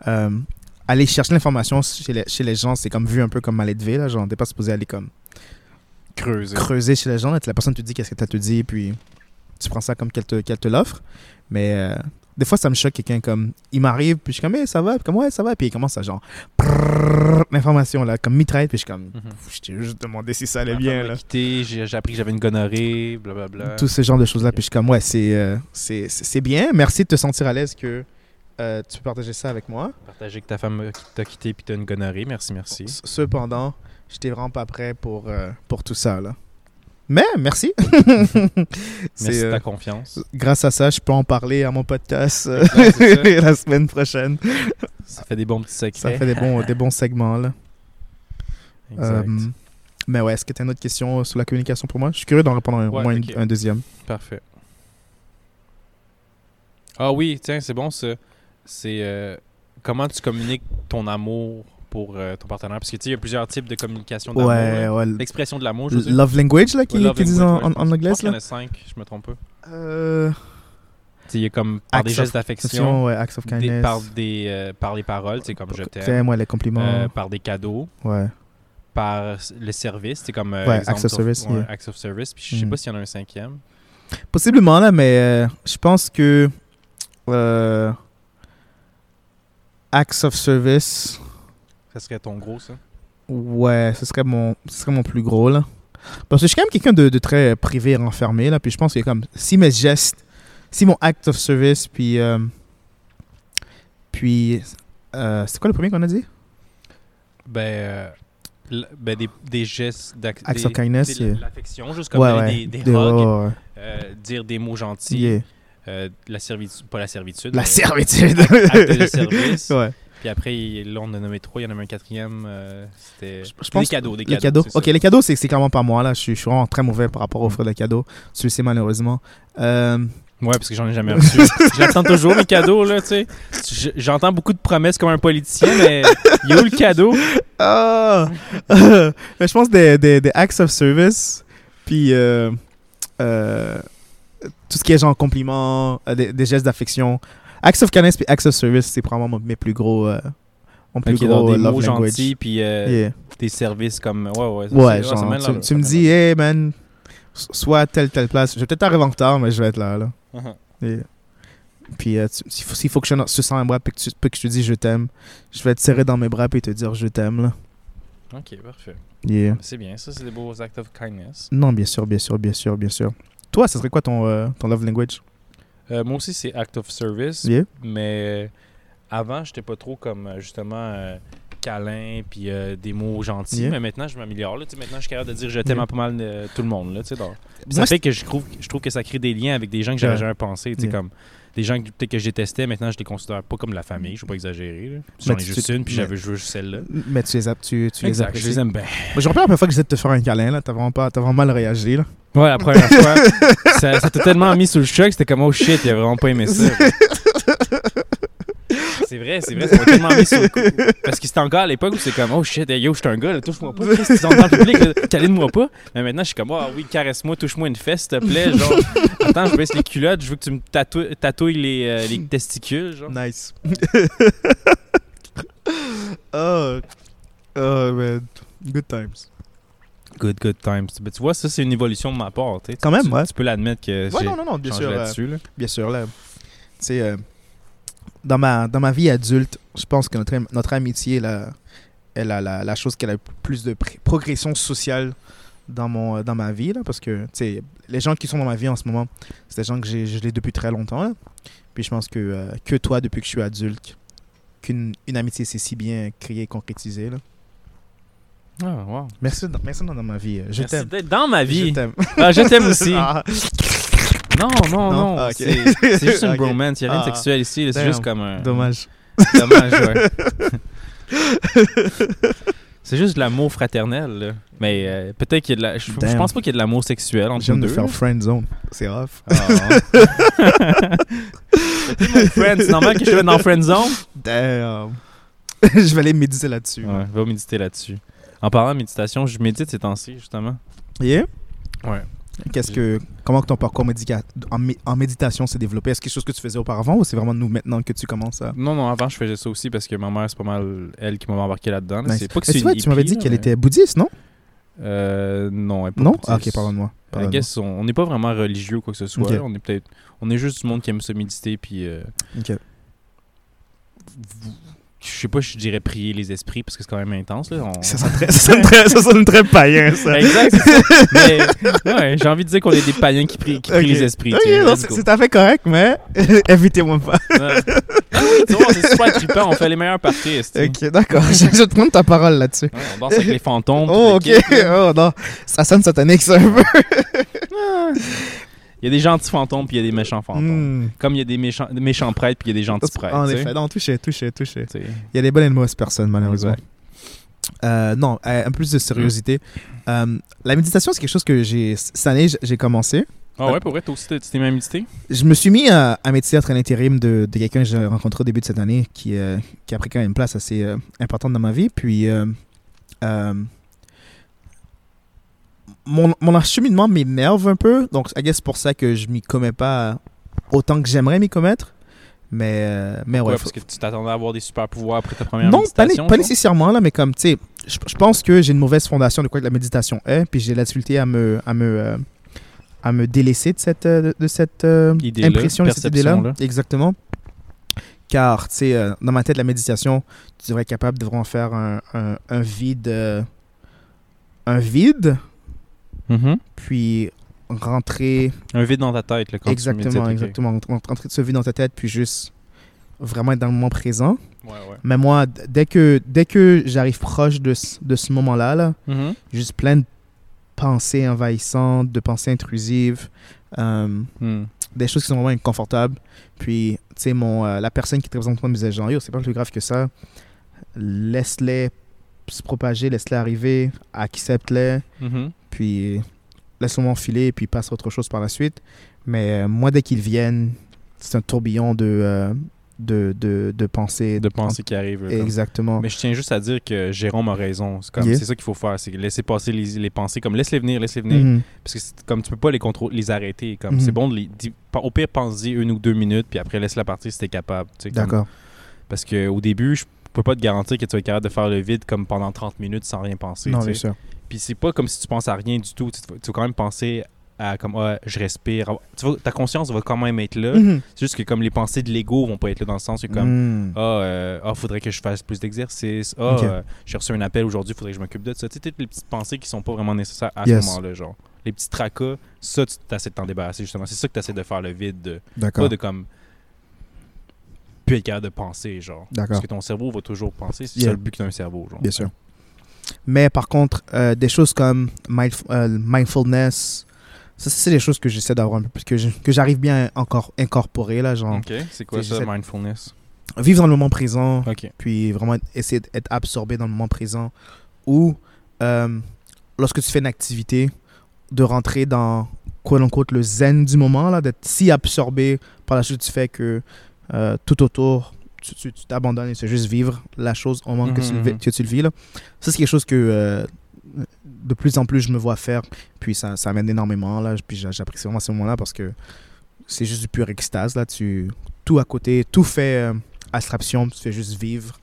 euh, aller chercher l'information chez les, chez les gens, c'est comme vu un peu comme mal élevé, là. Genre, t'es pas supposé aller comme
Creuser.
creuser chez les gens. Là, la personne te dit qu'est-ce que t'as te dit, puis tu prends ça comme qu'elle te, qu'elle te l'offre. Mais euh, des fois, ça me choque, quelqu'un comme, il m'arrive, puis je suis comme, hey, ça va, puis comme, ouais, ça va, puis il commence à genre, prrrr, l'information, là, comme mitraille, puis je suis comme,
Mhm.
je t'ai juste demandé si ça allait
Ma
bien,
femme euh, m'a
là.
quitté, j'ai j'ai appris que j'avais une gonorrhée, blablabla.
tout ce genre de choses là puis je suis comme ouais c'est euh, c'est c'est- c'est bien merci de te sentir à l'aise que euh, tu peux partager ça avec moi
Partager que ta femme euh, qui t'a quitté puis t'as une gonorrhée, merci, merci.
C- cependant j'étais vraiment pas prêt pour euh, pour tout ça là mais
Merci
merci C'est,
de
euh,
ta confiance.
grâce à ça je peux en parler à mon podcast euh,
Exact, c'est
la semaine prochaine
Ça fait des bons petits secrets.
ça fait euh, des bons des bons segments là
Exact.
Euh, mais ouais est-ce que tu as une autre question euh, sur la communication pour moi je suis curieux d'en répondre un, au
Ouais,
moins une-
ok.
un deuxième
Parfait. Ah oui, tiens, c'est bon ça. C'est euh, comment tu communiques ton amour pour euh, ton partenaire. Parce que tu sais, il y a plusieurs types de communication d'amour.
ouais
là.
ouais
L'expression de l'amour, je veux dire.
love language là qui,
Ouais, love
qui disent en,
language, ouais,
en- en
Je
anglais
pense qu'il y en
là
a cinq, je me trompe pas.
Euh,
Tu sais, Il y a comme par des
Acts of-
gestes d'affection,
Attention, ouais, acts of
des-
kindness.
par, des, euh, par les paroles, c'est comme je t'aime,
moi les compliments.
euh, par des cadeaux,
ouais.
par le service, c'est comme euh,
Ouais,
exemple,
acts of
sur-
service,
ouais,
yeah.
acts of service. Puis je sais
Mm.
pas s'il y en a un cinquième.
Possiblement, là, mais euh, je pense que. euh, acts of service.
Ça serait ton gros ça.
Ouais, ce serait mon, ce serait mon plus gros, là. Parce que je suis quand même quelqu'un de, de très privé et renfermé, là. Puis je pense que, comme, si mes gestes, si mon act of service, puis. euh, puis. euh, c'est quoi le premier qu'on a dit
Ben, euh, l- ben des, des gestes d'ac-
Acts
des-
of kindness,
des-
yeah.
L'affection, juste comme donner des, des
De-
hugs,
ouais, ouais.
euh, dire des mots gentils,
Yeah.
euh, la servitude, pas la servitude.
La
mais-
servitude.
acte de service.
ouais.
Puis après, il- là, on en a nommé trois, il y en a un quatrième. euh, C'était
Je- je
des
pense-
cadeaux. Des
Les
cadeaux.
cadeaux.
c'est ça.
Ok, les cadeaux, c'est c'est clairement pas moi, là. Je suis, je suis vraiment très mauvais par rapport à offrir des cadeaux. Je le sais, malheureusement. Euh,
Ouais, parce que j'en ai jamais reçu. J'attends toujours mes cadeaux, là, tu sais. J- J'entends beaucoup de promesses comme un politicien, mais il y a où le cadeau?
Ah! Mais je pense des, des, des acts of service, puis euh, euh, tout ce qui est genre compliments, euh, des, des gestes d'affection. Acts of kindness puis acts of service, c'est probablement mon- mes plus gros, euh, mon plus
Ok, donc,
gros euh,
des
love
mots
language.
gentils, puis euh,
Yeah.
des services comme. Ouais, ouais. ça,
Ouais,
c'est- ça
genre,
mène là,
tu,
là,
tu
ça
me
mène
dis, hey man, so- sois à telle, telle place. Je vais peut-être arriver en retard, mais je vais être là. là.
là. Uh-huh.
Yeah. Puis euh, tu- s'il faut, s'il faut que je te se sens un bras puis que, tu- puis que je te dis je t'aime, je vais te serrer dans mes bras puis te dire je t'aime. là.
Ok, parfait.
Yeah.
C'est bien, ça, c'est des beaux acts of kindness.
Non, bien sûr, bien sûr, bien sûr, bien sûr. Toi, ça serait quoi ton, euh, ton love language
Euh, moi aussi, c'est act of service,
Yeah.
mais euh, avant, j'étais pas trop comme euh, justement euh, câlin puis euh, des mots gentils,
Yeah.
mais maintenant, je m'améliore. là, tu sais, Maintenant, je suis capable de dire je t'aime
Yeah.
à pas mal euh, tout le monde. Là, tu sais, donc. Puis ça
Moi,
fait que je trouve, je trouve que ça crée des liens avec des gens que j'avais
Ouais.
jamais pensé. tu sais,
Yeah.
Comme des gens que, peut-être que je détestais, maintenant, je les considère pas comme la famille. Je ne vais pas exagérer. là. Parce que J'en
Mais
ai
tu-
juste une, puis
mais-
j'avais juste celle-là.
Mais tu les, as, tu, tu les
Exact, je
apprécies.
les aime bien.
Moi, Je me rappelle la première fois que j'essayais de te faire un câlin, là. T'as vraiment, pas- t'as vraiment mal réagi, là.
Ouais, la première fois, ça ça t'a tellement mis sous le choc, c'était comme oh shit, il a vraiment pas aimé ça. C'est vrai, c'est vrai, ça m'a tellement mis sous le coup. Parce que c'était encore à l'époque où c'est comme oh shit, hey, yo, je suis un gars, là, touche-moi pas, qu'est-ce qu'ils ont dans le public, là, câline-moi pas. Mais maintenant, je suis comme ah oui, caresse-moi, touche-moi une fesse, s'il te plaît. Genre, attends, je baisse les culottes, je veux que tu me tatou- tatouilles les, euh, les testicules. Genre.
Nice. oh. oh, man. Good times.
Good, good times. Mais tu vois, ça, c'est une évolution de ma part. tu sais.
Quand même,
Tu-
ouais.
Tu peux l'admettre que
Ouais,
j'ai
non, non, non, bien
changé
sûr. euh,
là-dessus. là.
bien sûr, là. Tu sais, euh, dans, ma, dans ma vie adulte, je pense que notre, am- notre amitié, là, elle a la, la chose qu'elle a le plus de pr- progression sociale dans, mon, euh, dans ma vie, là, parce que, tu sais, les gens qui sont dans ma vie en ce moment, c'est des gens que j'ai, je l'ai depuis très longtemps, là. Puis je pense que, euh, que toi, depuis que je suis adulte, qu'une une amitié s'est si bien créée et concrétisée, là.
Ah, wow.
Merci, d'en- merci d'en- dans ma vie. euh, Je
Merci
t'aime.
d'être dans ma
Je
vie.
t'aime.
Ah, je t'aime aussi.
Ah,
Non, non, non.
Non? Ah, ok.
C'est- C'est juste une
Ok.
bromance. Il n'y a rien
Ah.
de sexuel ici. là, C'est
Damn.
juste comme un.
dommage.
Euh, Dommage, ouais. C'est juste de l'amour fraternel. là. Mais euh, peut-être qu'il y a de la. Je, je
Damn.
pense pas qu'il y a de l'amour sexuel entre
J'aime
nous
de
deux.
faire friend zone. C'est rough.
Ah. C'est plus mon friend. C'est normal que je te mette dans Friend Zone.
Damn. je vais aller méditer là-dessus.
Ouais, va méditer là-dessus. En parlant de méditation, je médite ces temps-ci, justement.
Yeah?
Ouais.
Qu'est-ce que, comment que ton parcours médica- en, mé- en méditation s'est développé? Est-ce quelque chose que tu faisais auparavant ou c'est vraiment nous maintenant que tu commences à...
Non, non, avant, je faisais ça aussi parce que ma mère, c'est pas mal elle qui m'a embarqué là-dedans. là.
Nice.
C'est pas que
Mais
c'est
tu vois,
une
tu m'avais
hippie,
dit
là,
qu'elle
mais-
était bouddhiste, non?
Euh, non, elle est pas
non?
bouddhiste.
Ah, ok, pardonne-moi.
I
Pardonne-moi.
guess on on n'est pas vraiment religieux ou quoi que ce soit.
Ok.
là. On est peut-être, on est juste du monde qui aime se méditer puis euh,
Ok.
je sais pas, je dirais prier les esprits parce que c'est quand même intense là. On- Ben,
Ça sonne très, ça sonne très, ça sonne très païen, ça.
exact. c'est ça. Mais ouais, j'ai envie de dire qu'on est des païens qui prient, qui prient
Ok.
les esprits.
Ok,
tu sais.
non,
Let's
c'est
go.
c'est tout à fait correct, mais évitez-moi pas.
Ouais. Ah oui, tu vois, c'est super trippant. On fait les meilleurs parties. tu sais.
Ok, d'accord, je vais te prendre ta parole là-dessus.
Ouais, on danse avec les fantômes.
Oh, ok,
tout le kit, là.
oh non, ça sonne satanique, ça, un peu.
Il y a des gentils fantômes puis il y a des méchants fantômes.
Hmm.
Comme il y a des méchants, des méchants prêtres puis il y a des gentils prêtres.
En
tu sais.
effet, non, touchez, touchez, touchez.
Tu sais.
Il y a des bonnes et des mauvaises personnes, malheureusement.
Exact.
Euh, non, euh, un peu plus de sérieuxité.
Mm.
Euh, la méditation, c'est quelque chose que j'ai. Cette année, j- j'ai commencé.
Ah ouais, pour vrai, toi aussi, t'es- tu t'es même médité?
Je me suis mis euh, à, à méditer à l'intérim de, de quelqu'un que j'ai rencontré au début de cette année qui, euh, qui a pris quand même une place assez euh, importante dans ma vie. Puis, euh, euh, mon, mon acheminement m'énerve un peu. Donc, I guess c'est pour ça que je m'y commets pas autant que j'aimerais m'y commettre. Mais, euh, mais
Ouais,
ouais, faut-
parce que tu t'attendais à avoir des super pouvoirs après ta première
non, pas, né-
méditation.
pas
genre?
nécessairement, là, mais comme, tu sais, je je pense que j'ai une mauvaise fondation de quoi que la méditation est, puis j'ai la difficulté à me, à me, euh, à me délaisser de cette, euh, de cette euh,
Idée-là,
impression, de cette idée-là.
perception-là.
Exactement. Car, tu sais, euh, dans ma tête, la méditation, tu devrais être capable de vraiment faire un, un- un vide. euh, un vide,
Mhm.
puis rentrer.
Un vide dans ta tête, là, quand tu
exactement,
médites, ok.
exactement. Rentrer de ce vide dans ta tête, puis juste vraiment être dans le moment présent.
Ouais, ouais.
Mais moi, d- dès que, dès que j'arrive proche de, ce- de ce moment-là, là,
Mhm.
juste plein de pensées envahissantes, de pensées intrusives, euh,
Hmm.
des choses qui sont vraiment inconfortables. Puis, tu sais, mon, euh, la personne qui te représente moi me disait genre, yo, c'est pas plus grave que ça. Laisse-les se propager, laisse-les arriver, accepte-les,
Mhm.
puis laisse-moi filer, puis passe à autre chose par la suite. Mais euh, moi, dès qu'ils viennent, c'est un tourbillon de, euh, de, de, de pensées.
De pensées qui arrivent. là, comme-
Exactement.
Mais je tiens juste à dire que Jérôme a raison. C'est comme-
Yeah.
c'est ça qu'il faut faire, c'est laisser passer les, les pensées, comme laisse-les venir, laisse-les venir.
Mhm.
Parce que c'est- comme tu peux pas les contrôler, les arrêter. Comme
Mhm.
c'est bon, de les, d'y- pa- au pire pense-y une ou deux minutes, puis après laisse-la partir si t'es capable. tu sais, comme-
D'accord.
Parce que au début, je peux pas te garantir que tu vas être capable de faire le vide comme pendant 30 minutes sans rien penser.
Non,
tu sais.
bien sûr.
Puis c'est pas comme si tu penses à rien du tout. Tu, tu vas quand même penser à comme ah, je respire. Tu vois, ta conscience va quand même être là.
Mhm.
C'est juste que comme les pensées de l'ego vont pas être là dans le sens que comme
Mm.
ah, euh, ah, faudrait que je fasse plus d'exercices. Ah,
Ok.
euh, j'ai reçu un appel aujourd'hui, faudrait que je m'occupe de ça. Tu sais, toutes les petites pensées qui sont pas vraiment nécessaires à
Yes.
ce moment-là, genre. Les petits tracas, ça, tu essaies de t'en débarrasser, justement. C'est ça que tu essaies de faire le vide. de-
D'accord.
pas de comme. Plus être capable de penser, genre. Parce
D'accord.
que ton cerveau va toujours penser. C'est ça
Yeah.
le but d'un cerveau, genre.
Bien sûr. Mais par contre, euh, des choses comme mindf- euh, mindfulness, ça, c'est des choses que j'essaie d'avoir un peu plus, que je- que j'arrive bien à encore incorporer, là, genre
Ok, c'est quoi
Tu sais,
ça,
j'essaie-
mindfulness?
vivre dans le moment présent,
Ok.
puis vraiment essayer d'être absorbé dans le moment présent, ou euh, lorsque tu fais une activité, de rentrer dans, quote unquote, le zen du moment, là, d'être si absorbé par la chose que tu fais que euh, tout autour, tu tu- tu t'abandonnes et c'est juste vivre la chose au moment que, tu, le
Mhm,
vi-
mhm.
que tu le vis. Là. Ça, c'est quelque chose que euh, de plus en plus je me vois faire, puis ça, ça m'aide énormément, là, puis j'a- j'apprécie vraiment ce moment-là parce que c'est juste du pur extase, là, tu, tout à côté, tout fait euh, abstraction, tu fais juste vivre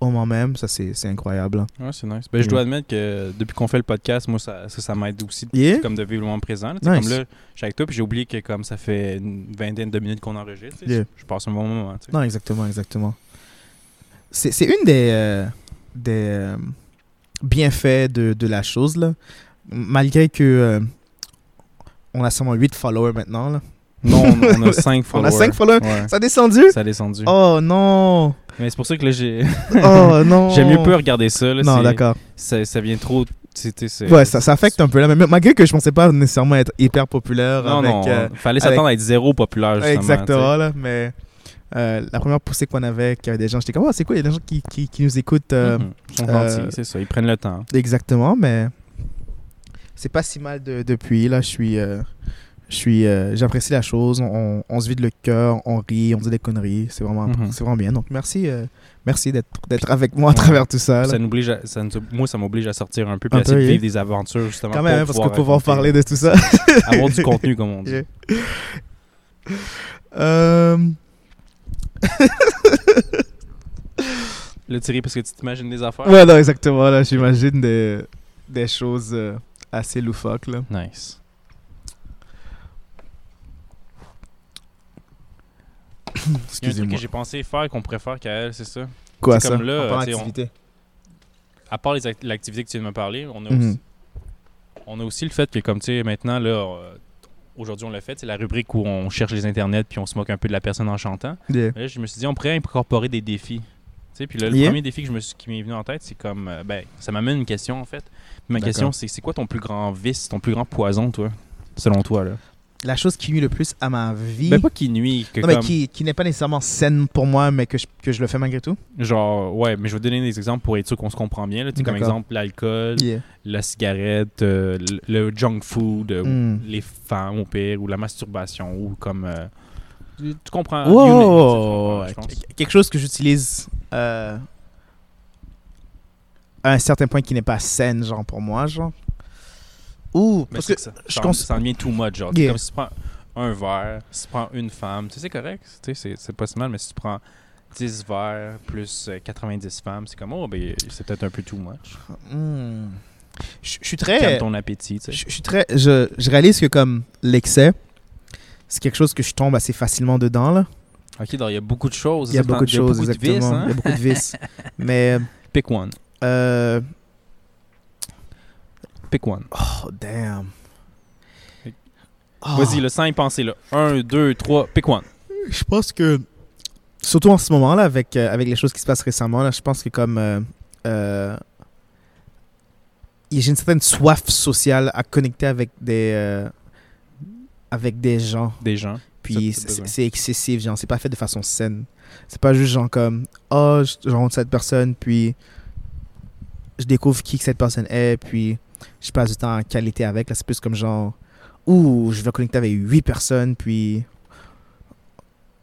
au moment même, ça, c'est c'est incroyable. là.
Ouais, c'est nice. Ben, je
Mm.
dois admettre que depuis qu'on fait le podcast, moi, ça, ça, ça m'aide aussi
Yeah.
comme de vivre le moment présent. là. Tu sais,
Nice.
Comme là, je suis avec toi, puis j'ai oublié que comme ça fait une vingtaine de minutes qu'on enregistre. tu sais,
Yeah.
Je passe un bon moment. tu sais.
Non, exactement, exactement. C'est c'est une des, euh, des euh, bienfaits de, de la chose, là. Malgré que euh, on a seulement 8 followers maintenant, là.
Non, on on a 5
On
followers.
a 5 followers.
Ouais.
Ça a descendu?
Ça a descendu.
Oh non!
Mais c'est pour ça que là, j'ai
Oh non!
j'aime mieux peu regarder ça. là,
Non,
c'est-
d'accord.
Ça, ça vient trop. c'est- c'est- c'est-
Ouais, ça, ça affecte un peu là. Mais malgré que je pensais pas nécessairement être hyper populaire
Non,
avec.
non.
euh,
fallait s'attendre à être zéro populaire, justement.
exactement, là. Mais euh, la première poussée qu'on avait, qu'il y avait des gens, j'étais comme, oh, c'est quoi? Il y a des gens qui, qui, qui nous écoutent.
tu sais.
euh,
Mhm. Ils sont
euh,
gentils, c'est ça. Ils prennent le temps.
Exactement, mais c'est pas si mal de- depuis. Là, je suis, euh, je suis, euh, j'apprécie la chose. On, on se vide le cœur, on rit, on dit des conneries. C'est vraiment,
Mhm.
c'est vraiment bien. Donc merci, euh, merci d'être, d'être avec moi à travers tout ça. là.
Ça m'oblige à- ça nous- moi, ça m'oblige à sortir un peu puis
Un
à essayer
peu,
de
yeah.
vivre des aventures, justement.
Quand même, hein, parce que pouvoir
raconter- euh,
parler de tout ça.
Avoir du contenu, comme on dit.
Yeah. Euh,
Le tirer parce que tu t'imagines des affaires.
ouais, non, exactement. Là, j'imagine des, des choses euh, assez loufoques. Là.
Nice. Il y a un truc
Excusez-moi.
que j'ai pensé faire qu'on pourrait faire, Kael, c'est ça.
Quoi
c'est
ça
comme là,
On parle
tu sais, on-
d'activité.
À part les act- l'activité que tu viens de me parler, on a,
Mhm.
aussi, on a aussi le fait que, comme tu sais, maintenant, là, euh, aujourd'hui, on l'a fait, c'est la rubrique où on cherche les internets puis on se moque un peu de la personne en chantant.
Yeah.
Mais là, je me suis dit, on pourrait incorporer des défis. Tu sais, puis là, le
Yeah.
premier défi que je me suis, qui m'est venu en tête, c'est comme, euh, ben, ça m'amène une question, en fait. Ma
D'accord.
question, c'est c'est quoi ton plus grand vice, ton plus grand poison, toi, selon toi, là?
La chose qui nuit le plus à ma vie.
Ben, pas qui nuit, que
Non, mais
comme-
qui, qui n'est pas nécessairement saine pour moi, mais que je, que je le fais malgré tout.
Genre, ouais, mais je vais te donner des exemples pour être sûr qu'on se comprend bien. Là, Tu sais, comme
D'accord.
exemple, l'alcool, la cigarette, euh, le le junk food, euh, ou
Mm.
les femmes au pire, ou la masturbation, ou comme. euh, tu tu comprends?
Wow!
you name it, tu sais, tu comprends, je pense.
Quelque chose que j'utilise euh, à un certain point qui n'est pas saine, genre pour moi, genre. Ouh,
Mais
parce que
c'est ça.
je
Ça en-
cons-
ça en devient too much. Genre, C'est
Yeah.
comme si tu prends un verre, si tu prends une femme, tu sais, c'est correct. Tu sais, c'est- c'est pas si mal, mais si tu prends 10 verres plus euh, 90 femmes, c'est comme, oh, ben, c'est peut-être un peu too much.
Hmm. Je je suis
Calme
très.
ton appétit, tu sais.
Eh, Je je suis très. Je, je réalise que comme l'excès, c'est quelque chose que je tombe assez facilement dedans. Là.
Ok, donc il y a beaucoup de choses.
Il y a beaucoup de choses, exactement.
vices,
Il y a
hein?
beaucoup de vices. Mais
Pick one.
euh,
Pick one.
oh damn. Oh,
Vas-y, le sans y penser, là. 1, 2, 3, pick one.
Je pense que surtout en ce moment là, avec euh, avec les choses qui se passent récemment là, je pense que comme euh, euh, j'ai une certaine soif sociale à connecter avec des euh, avec des gens.
Des gens.
Puis
Ça, t'as
c'est-
besoin.
c'est excessif, genre, c'est pas fait de façon saine. C'est pas juste genre comme, oh, je je rencontre cette personne, puis je découvre qui que cette personne est, puis je passe du temps en qualité avec. Là, c'est plus comme genre, ouh, je vais connecter avec huit personnes, puis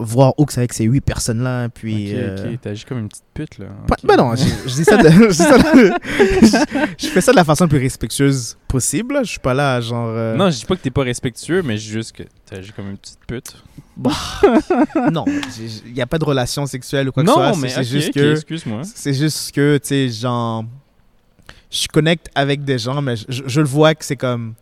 voir où que c'est avec ces huit personnes-là, puis.
ok,
euh,
ok, t'agis comme une petite pute, là.
pas-
Ok.
ben non, je, je dis ça de, je, dis ça de- je- je fais ça de la façon la plus respectueuse possible. là. Je suis pas là, genre. euh,
Non, je dis pas que t'es pas respectueux, mais je dis juste que t'agis comme une petite pute.
non, il n'y a pas de relation sexuelle ou quoi que ce soit.
non,
c'est-
mais
c'est
ok,
juste
ok,
que.
excuse-moi.
C'est juste que, tu sais, genre, je connecte avec des gens, mais je, je- je le vois que c'est comme.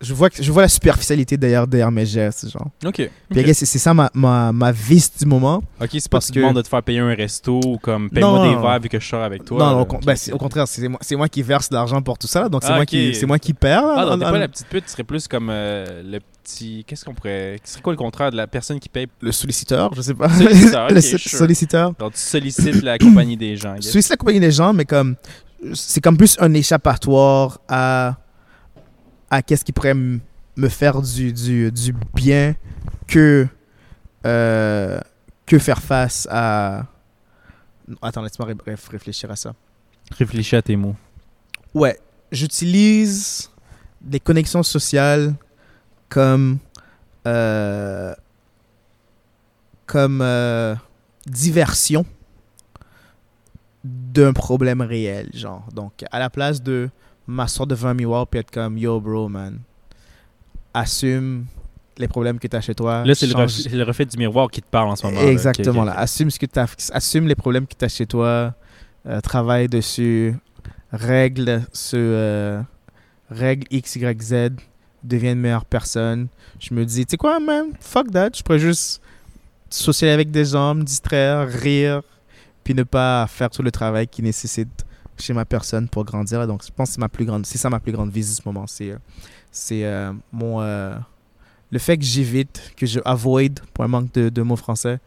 Je vois, que, je vois la superficialité derrière, derrière mes gestes, genre.
Ok.
Puis, I guess, c'est c'est ça ma, ma, ma vis du moment.
Ok, c'est pas
Parce
que tu
que-
demandes de te faire payer un resto ou comme paye-moi
Non,
des
non.
verres vu que je sors avec toi.
non,
là.
non, au, con-
Ok,
ben, c'est- au contraire, c'est moi, c'est moi qui verse l'argent pour tout ça, là, donc c'est
Ah,
moi,
ok.
qui- c'est moi qui hein, perds. là,
Ah,
en-
donc t'es
en-
pas la petite pute, tu serais plus comme euh, le petit. Qu'est-ce qu'on pourrait. Ce serait quoi le contraire de la personne qui paye
Le solliciteur, je sais pas.
Solliciteur,
le
ok,
so-
sure.
solliciteur.
Donc tu sollicites la compagnie des gens. I guess.
Suisse la compagnie des gens, mais comme c'est comme plus un échappatoire à à qu'est-ce qui pourrait m- me faire du, du, du bien que euh, que faire face à attends laisse-moi ré- ré- réfléchir à ça
Réfléchis à tes mots.
ouais j'utilise des connexions sociales comme euh, comme euh, diversion d'un problème réel, genre. Donc, à la place de m'asseoir devant un miroir puis être comme Yo, bro, man, assume les problèmes que tu as chez toi.
Là, c'est le,
Euh, change-
reflet- c'est le reflet du miroir qui te parle en ce moment. là.
Exactement.
Ok, ok,
là. Assume, ce que t'as- assume les problèmes que tu as chez toi, euh, travaille dessus, règle ce euh, règle X, Y, Z, deviens une meilleure personne. Je me dis, tu sais quoi, man, fuck that, je pourrais juste socialiser avec des gens, me distraire, rire, puis ne pas faire tout le travail qui nécessite chez ma personne pour grandir. là. Donc, je pense que c'est ma plus grande, c'est ça ma plus grande visite en ce moment. C'est, euh, c'est euh, mon euh, le fait que j'évite, que je avoid, pour un manque de, de mots français,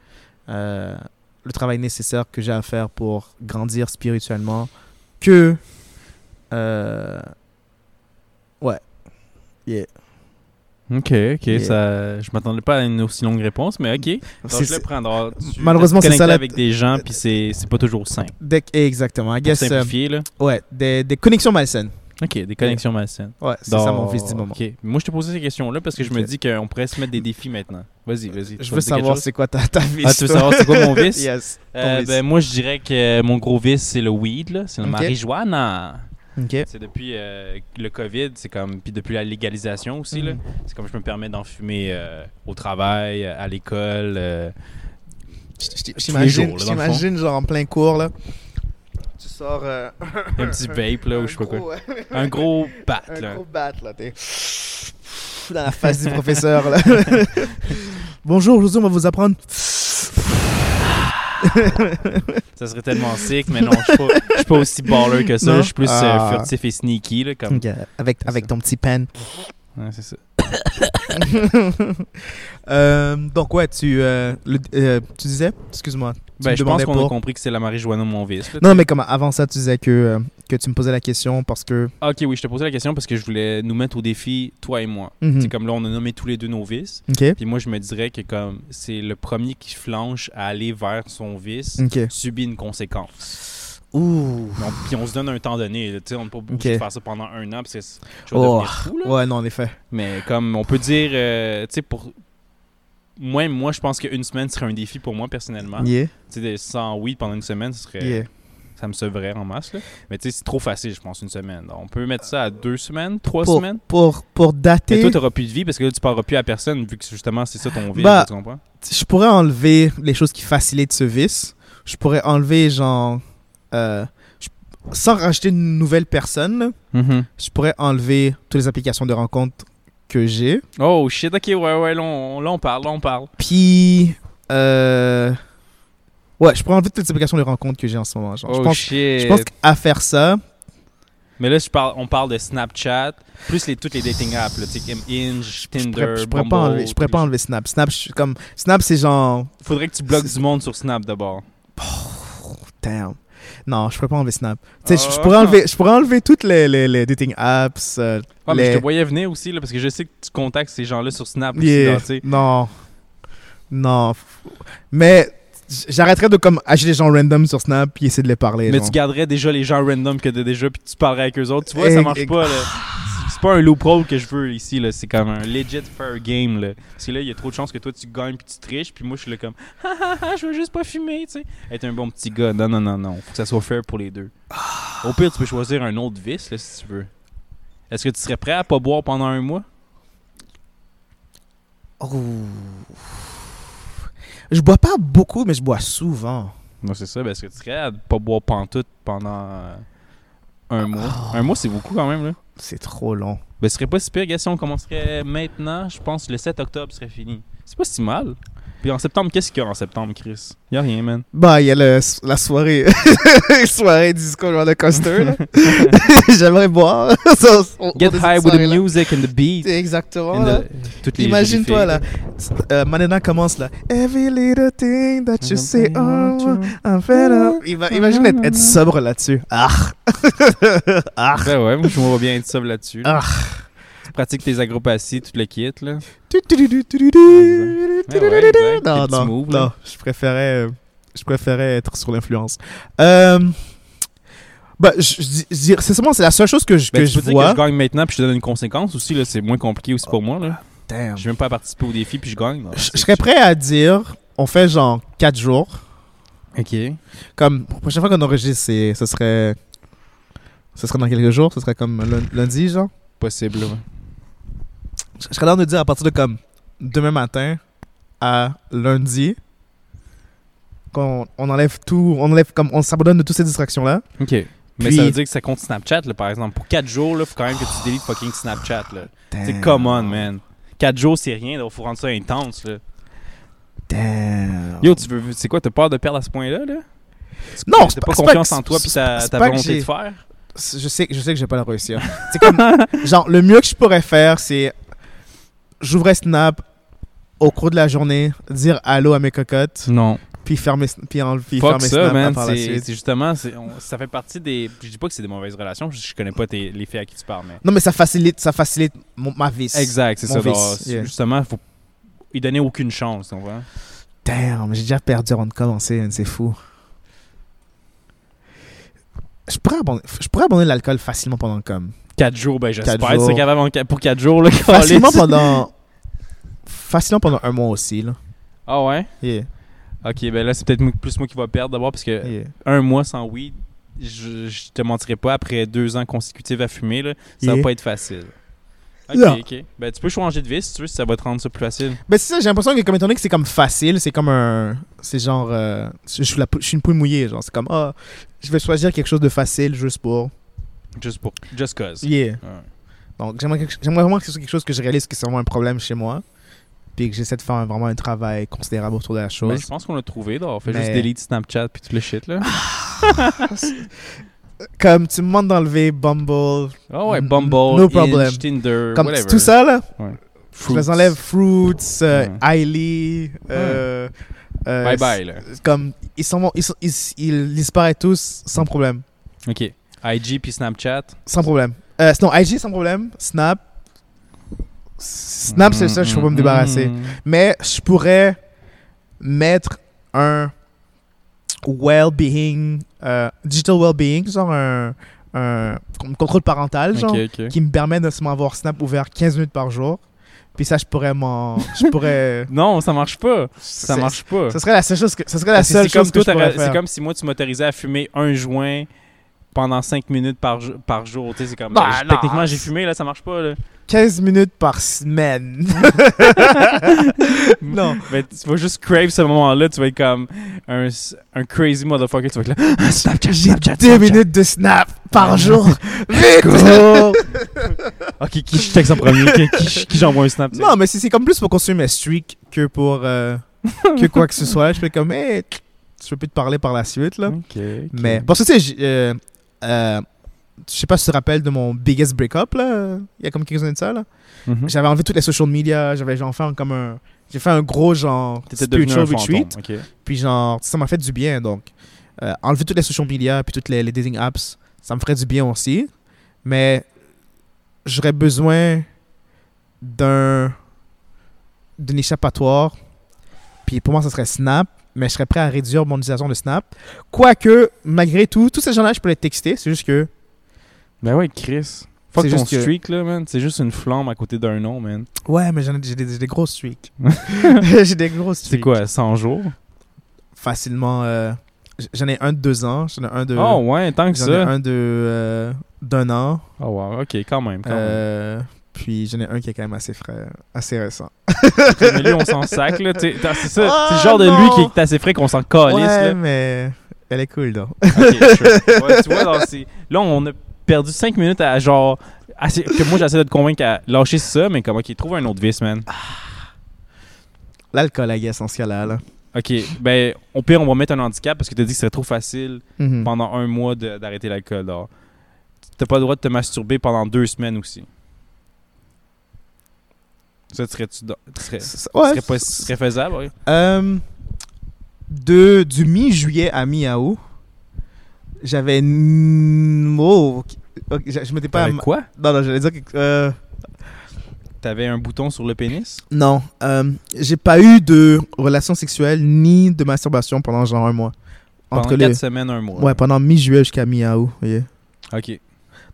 euh, le travail nécessaire que j'ai à faire pour grandir spirituellement, que euh, ouais, yeah.
Ok, ok.
Yeah.
Ça, je m'attendais pas à une aussi longue réponse, mais ok. Donc,
euh, C'est-
je le prends. Alors, tu-
Malheureusement,
tu te
c'est ça,
connectes
la-
avec des gens, puis c'est c'est pas toujours sain.
Dès que- exactement. I
Pour
guess, euh,
simplifier, là.
ouais, des, des connexions malsaines.
Ok, des connexions malsaines.
Ouais, c'est ça mon
Donc,
fils du moment.
ok. Moi, je te posais ces questions-là parce que je me
Ok.
dis qu'on pourrait se mettre des défis maintenant. Vas-y, vas-y. Tu vas me
Je veux
dire quelque
savoir
chose?
c'est quoi ta, ta vie.
Ah, tu veux savoir c'est quoi mon vice?
Yes.
Euh,
ton vice.
ben, moi, je dirais que euh, mon gros vice, c'est le weed, là. C'est le
Ok.
marijuana.
Ok.
C'est depuis euh, le COVID, c'est comme. Puis depuis la légalisation aussi, là.
Mhm.
C'est comme je me permets d'en fumer euh, au travail, euh, à l'école. euh, jours, là,
J'imagine,
dans le
j'imagine genre en plein cours là. Tu sors euh,
un petit vape, là, ou je sais pas quoi.
gros, euh,
Un gros bat,
un
là.
gros bat là, t'es dans la face du professeur là. Bonjour, aujourd'hui on va vous apprendre.
Ça serait tellement sick, mais non, je suis pas, je suis pas aussi baller que ça.
Non?
Je suis plus euh,
Ah.
furtif et sneaky, là. Comme...
Ok, Avec avec ton petit pen.
Ouais, c'est ça.
Euh, donc ouais, tu euh, le- euh, tu disais, excuse-moi. tu
Ben,
me
je pense
demandais
qu'on
pour-
a compris que c'est la marijuana mon vice. là.
Non, mais comme avant ça, tu disais que, euh, que tu me posais la question parce que.
Ah, Ok, oui, je te posais la question parce que je voulais nous mettre au défi, toi et moi.
Mhm.
C'est comme là, on a nommé tous les deux nos vices.
Ok.
Puis moi, je me dirais que comme c'est le premier qui flanche à aller vers son vice,
Ok.
subit une conséquence.
Ouh.
Donc, puis on se donne un temps donné. là. Tu sais, on ne peut pas
Ok.
obligé de faire ça pendant un an parce que c'est- je vais
Oh.
devenir fou. Là.
Ouais, non, en effet.
Mais comme on peut dire, euh, tu sais, pour. Moi,
Ah,
moi, je pense qu'une semaine serait un défi pour moi personnellement.
Yeah.
Tu sais, sans weed pendant une semaine, ce serait
Yeah.
ça me sevrait en masse. là. Mais tu sais, c'est trop facile, je pense, une semaine. On peut mettre ça à deux semaines, trois
Pour,
semaines.
pour, pour
Mais
dater,
toi, t'auras plus de vie parce que là, tu parleras plus à personne vu que justement, c'est ça ton vie.
Bah,
tu comprends?
je pourrais enlever les choses qui facilitent ce vice. Je pourrais enlever, genre, euh, je- sans rajouter une nouvelle personne, là, je pourrais enlever toutes les applications de rencontres que j'ai.
Oh shit, ok, ouais, ouais, là, on, là, on parle, là, on parle.
Puis, euh, ouais, je pourrais enlever toutes les applications de rencontres que j'ai en ce moment. Genre.
oh
je pense,
shit.
je pense qu'à faire ça,
Mais là, je parle, on parle de Snapchat, plus les, toutes les dating apps, là, tu sais, comme Inge,
je
Tinder,
pourrais, je pourrais
Bumble,
pas enlever, je pourrais
tous
pas
les-
enlever Snap. Snap, je suis comme, Snap, c'est genre,
Faudrait que tu bloques du monde sur Snap d'abord.
damn. Non, je pourrais pas enlever Snap. Tu sais, je- je,
Ah.
pourrais enlever, je pourrais enlever toutes les, les, les dating apps. euh,
Ouais, Ah, mais
les-
je te voyais venir aussi, là, parce que je sais que tu contactes ces gens-là sur Snap aussi,
Yeah.
là, tu sais.
Non. Non. Mais j- j'arrêterais de comme acheter des gens random sur Snap puis essayer de les parler.
Mais
genre.
tu garderais déjà les gens random que t'as déjà, puis tu parlerais avec eux autres. Tu vois,
Et-
ça marche
et-
pas, là. C'est pas un loophole que je veux ici, là. C'est comme un legit fair game, là. Parce que là, il y a trop de chances que toi, tu gagnes puis tu triches, puis moi, je suis là comme, ah, ah, ah, je veux juste pas fumer, tu sais. Être un bon petit gars. Non, non, non, non. Faut que ça soit fair pour les deux. Au pire, tu peux choisir un autre vice, là, si tu veux. Est-ce que tu serais prêt à pas boire pendant un mois?
Ouh. Je bois pas beaucoup, mais je bois souvent.
Non, c'est ça. Ben, est-ce que tu serais à pas boire pantoute pendant euh, un mois?
Ah.
Un mois, c'est beaucoup quand même, là.
C'est trop long.
Ben, ce serait pas si pire, gars, si on commencerait maintenant, je pense que le 7 octobre serait fini. C'est pas si mal. Puis en septembre, qu'est-ce qu'il y a en septembre, Chris? Y a rien, man.
Bah, il y a le- la soirée. soirée disco genre de coaster, là. J'aimerais boire. Ça, on- on
Get
est cette
high with the
soirée-là.
music and the beat.
Exactement,
and
là.
the- euh, toutes les-
Imagine-toi,
les
là.
filles.
Euh, Manena commence, là. Every little thing that you say, oh, I'm fed up. Ima- Imagine être, être sobre là-dessus. Ah! ah!
Ben ouais, moi je me vois bien être sobre là-dessus. là.
Ah.
Tu pratiques tes acrobaties, tout le kit, là.
Tu- tu- tu- tu- tu- tu-
Ouais, ouais, exact. Tes
Non,
petits
non,
moves,
non,
là.
je préférais, euh, je préférais être sur l'influence. Euh, bah, je, je dis- je dis- c'est seulement c'est la seule chose que je,
Ben,
que
tu
je
peux dire que
vois.
je gagne maintenant puis je te donne une conséquence aussi, là. C'est moins compliqué aussi pour moi, là.
Damn.
Je vais même pas participer au défi puis je gagne. là.
Je- je
C'est-
serais prêt à dire, on fait genre 4 jours.
Ok.
Comme pour la prochaine fois qu'on enregistre, c'est, ce serait, ce serait dans quelques jours, ce serait comme lun- lundi, genre.
Possible, ouais.
Je, je serais dans de dire à partir de comme demain matin à lundi qu'on on enlève tout, on enlève comme on s'abandonne de toutes ces distractions là.
OK. Mais
Puis-
ça veut dire que ça compte Snapchat, là, par exemple. Pour 4 jours, là, faut quand même que tu délites fucking Snapchat, là. C'est come on, man. 4 jours, c'est rien, là. Faut rendre ça intense, là.
Damn.
Yo, tu veux. C'est quoi, t'as peur de perdre à ce point-là, là? C'est-
Non, c'est
T'as
pas-
pas
c'est pas
confiance
que-
en toi
c'est-
puis ta,
c'est
ta
pas que
volonté
j'ai-
de faire?
Je sais, je sais que je vais pas la réussir. C'est comme genre le mieux que je pourrais faire, c'est j'ouvrais Snap au cours de la journée, dire allô à mes cocottes,
Non.
puis fermer, Sn- puis enlever, puis
Fuck
fermer
ça,
Snap à
man.
par la
C'est
suite.
c'est justement. c'est- on- ça fait partie des. Je dis pas que c'est des mauvaises relations, je je connais pas tes- les filles à qui tu parles, mais.
Non, mais ça facilite, ça facilite mon- ma vie.
Exact, c'est
Mon
ça.
vice,
genre, c'est-
yeah.
Justement, faut y donner aucune chance, on voit.
Damn, j'ai déjà perdu avant de commencer, man, c'est fou. Je pourrais abandonner, je pourrais abandonner l'alcool facilement pendant comme.
4 jours, ben j'espère.
Quatre jours.
C'est capable en- pour 4 jours, là.
Facilement
câlisse.
pendant. Facilement pendant un mois aussi, là.
Ah ouais?
Yeah,
Ok, ben là, c'est peut-être moi- plus moi qui va perdre d'abord parce que
yeah.
un mois sans weed, je, je te mentirais pas, après deux ans consécutifs à fumer, là, ça
Yeah.
va pas être facile. Ok,
Non.
ok. Ben, tu peux changer de vie si tu veux, si ça va te rendre ça plus facile.
Ben, c'est ça, j'ai l'impression que, comme étant donné que c'est comme facile, c'est comme un. C'est genre. euh, je, suis la pou- je suis une poule mouillée, genre. C'est comme, ah, je vais choisir quelque chose de facile juste pour.
Juste pour. Just cause.
Yeah.
Ouais.
Donc, j'aimerais quelque- j'aimerais vraiment que ce soit quelque chose que je réalise que c'est vraiment un problème chez moi. Puis que j'essaie de faire un- vraiment un travail considérable autour de la
Ben,
chose.
je pense qu'on l'a trouvé, là. On fait
Mais-
juste delete Snapchat puis tout le shit, là.
Comme tu me demandes d'enlever Bumble,
Ah ouais,
Mm,
Bumble,
no problem.
Inch, Tinder,
comme
whatever.
tout ça là,
Fruits.
je les enlève Fruits, euh,
Ouais.
Hailey, euh, euh,
Bye bye, là.
c- Comme ils sont, mon- ils, sont- ils, ils disparaissent tous sans problème,
Ok. IG puis Snapchat.
sans problème. Euh, non, IG sans problème, Snap, Snap c'est le seul que je peux pas me débarrasser.
Mm, mm,
Mais je pourrais mettre un well-being, euh, digital well-being, genre un, un contrôle parental,
mm.
genre.
Ok, ok.
qui me permet de seulement avoir Snap ouvert 15 minutes par jour. Puis ça, je pourrais m'en. Je pourrais.
Non, ça marche pas. Ça
C'est-
marche pas.
Ce serait la seule chose que, ce serait la
Parce que
seule
c'est comme
chose que je
toi, t'aurais-
pourrais
C'est
faire.
comme si moi, tu m'autorisais à fumer un joint pendant 5 minutes par, jo- par jour. Tu sais, c'est comme.
Bah,
j'ai-
non.
Techniquement, j'ai fumé, là, ça marche pas. Là.
15 minutes par semaine. non.
Mais tu vas juste crave ce moment-là, tu vas être comme un, un crazy motherfucker. Tu vas être là. Ah, Snapchat, Snapchat,
10
Snapchat.
minutes de snap par jour. Vite!
Go! ok, qui je texte en premier Qui, qui- qui j'envoie un snap tu sais?
Non, mais c'est c'est comme plus pour construire mes streaks que pour euh, que quoi que ce soit. Je fais comme, hey, je peux plus te parler par la suite, là.
Ok, ok.
Mais parce que tu sais, j'ai, euh, euh, je sais pas si tu te rappelles de mon biggest breakup, là. Il y a comme quelques années de ça, là.
Mhm.
J'avais enlevé toutes les social media, j'avais genre fait un- comme un. J'ai fait un gros genre
T'étais devenu un
spiritual
fantôme.
retreat.
ok.
Puis genre, ça m'a fait du bien. Donc, euh, enlever toutes les social media puis toutes les, les dating apps, ça me ferait du bien aussi. Mais j'aurais besoin d'un d'un échappatoire. Puis pour moi, ça serait Snap. Mais je serais prêt à réduire mon utilisation de Snap. Quoique, malgré tout, tous ces gens-là, je peux les texter. C'est juste que
Ben ouais, Chris. Fuck
C'est
ton
juste que-
streak, là, man. C'est juste une flamme à côté d'un nom, man.
Ouais, mais j'en ai- j'ai des, j'ai des grosses streaks. j'ai des grosses streaks.
C'est quoi, 100 jours?
Facilement. euh, j'en ai un de deux ans. J'en ai un de.
Oh ouais, tant que
j'en ai
ça.
un de. euh, d'un an.
Oh wow, ok, quand même, quand même.
Euh, puis j'en ai un qui est quand même assez frais, assez récent.
Mais lui, on s'en sac, là. t'sais, t'as- C'est ça,
Ah,
c'est le genre de lui
non.
qui est assez frais qu'on s'en calisse,
ouais,
Oh, là.
mais elle est cool, donc.
Ok, sure. Ouais, tu vois, genre, c'est- là, on a perdu 5 minutes à genre. assez- que moi, j'essaie de te convaincre à lâcher ça, mais comme, ok, trouve un autre vice, man.
L'alcool, I guess, en ce cas-là. là.
Ok, ben, au pire, on va mettre un handicap parce que t'as dit que c'était trop facile
Mhm.
pendant un mois de- d'arrêter l'alcool, là. T'as pas le droit de te masturber pendant deux semaines aussi. Ça, tu serais-tu. dans- tu serais-
C- c-
serait
Ouais.
pas- serait faisable, ouais.
Euh, de, du mi-juillet à mi-août, j'avais. n- Oh, ok. Ok, je, je m'étais pas.
T'avais quoi?
Non, non, j'allais dire que. euh,
T'avais un bouton sur le pénis?
non, euh, j'ai pas eu de relation sexuelle ni de masturbation pendant genre un mois.
Pendant
Entre
4
les.
semaines, un mois.
Ouais, pendant mi-juillet jusqu'à mi-août. yeah.
Ok.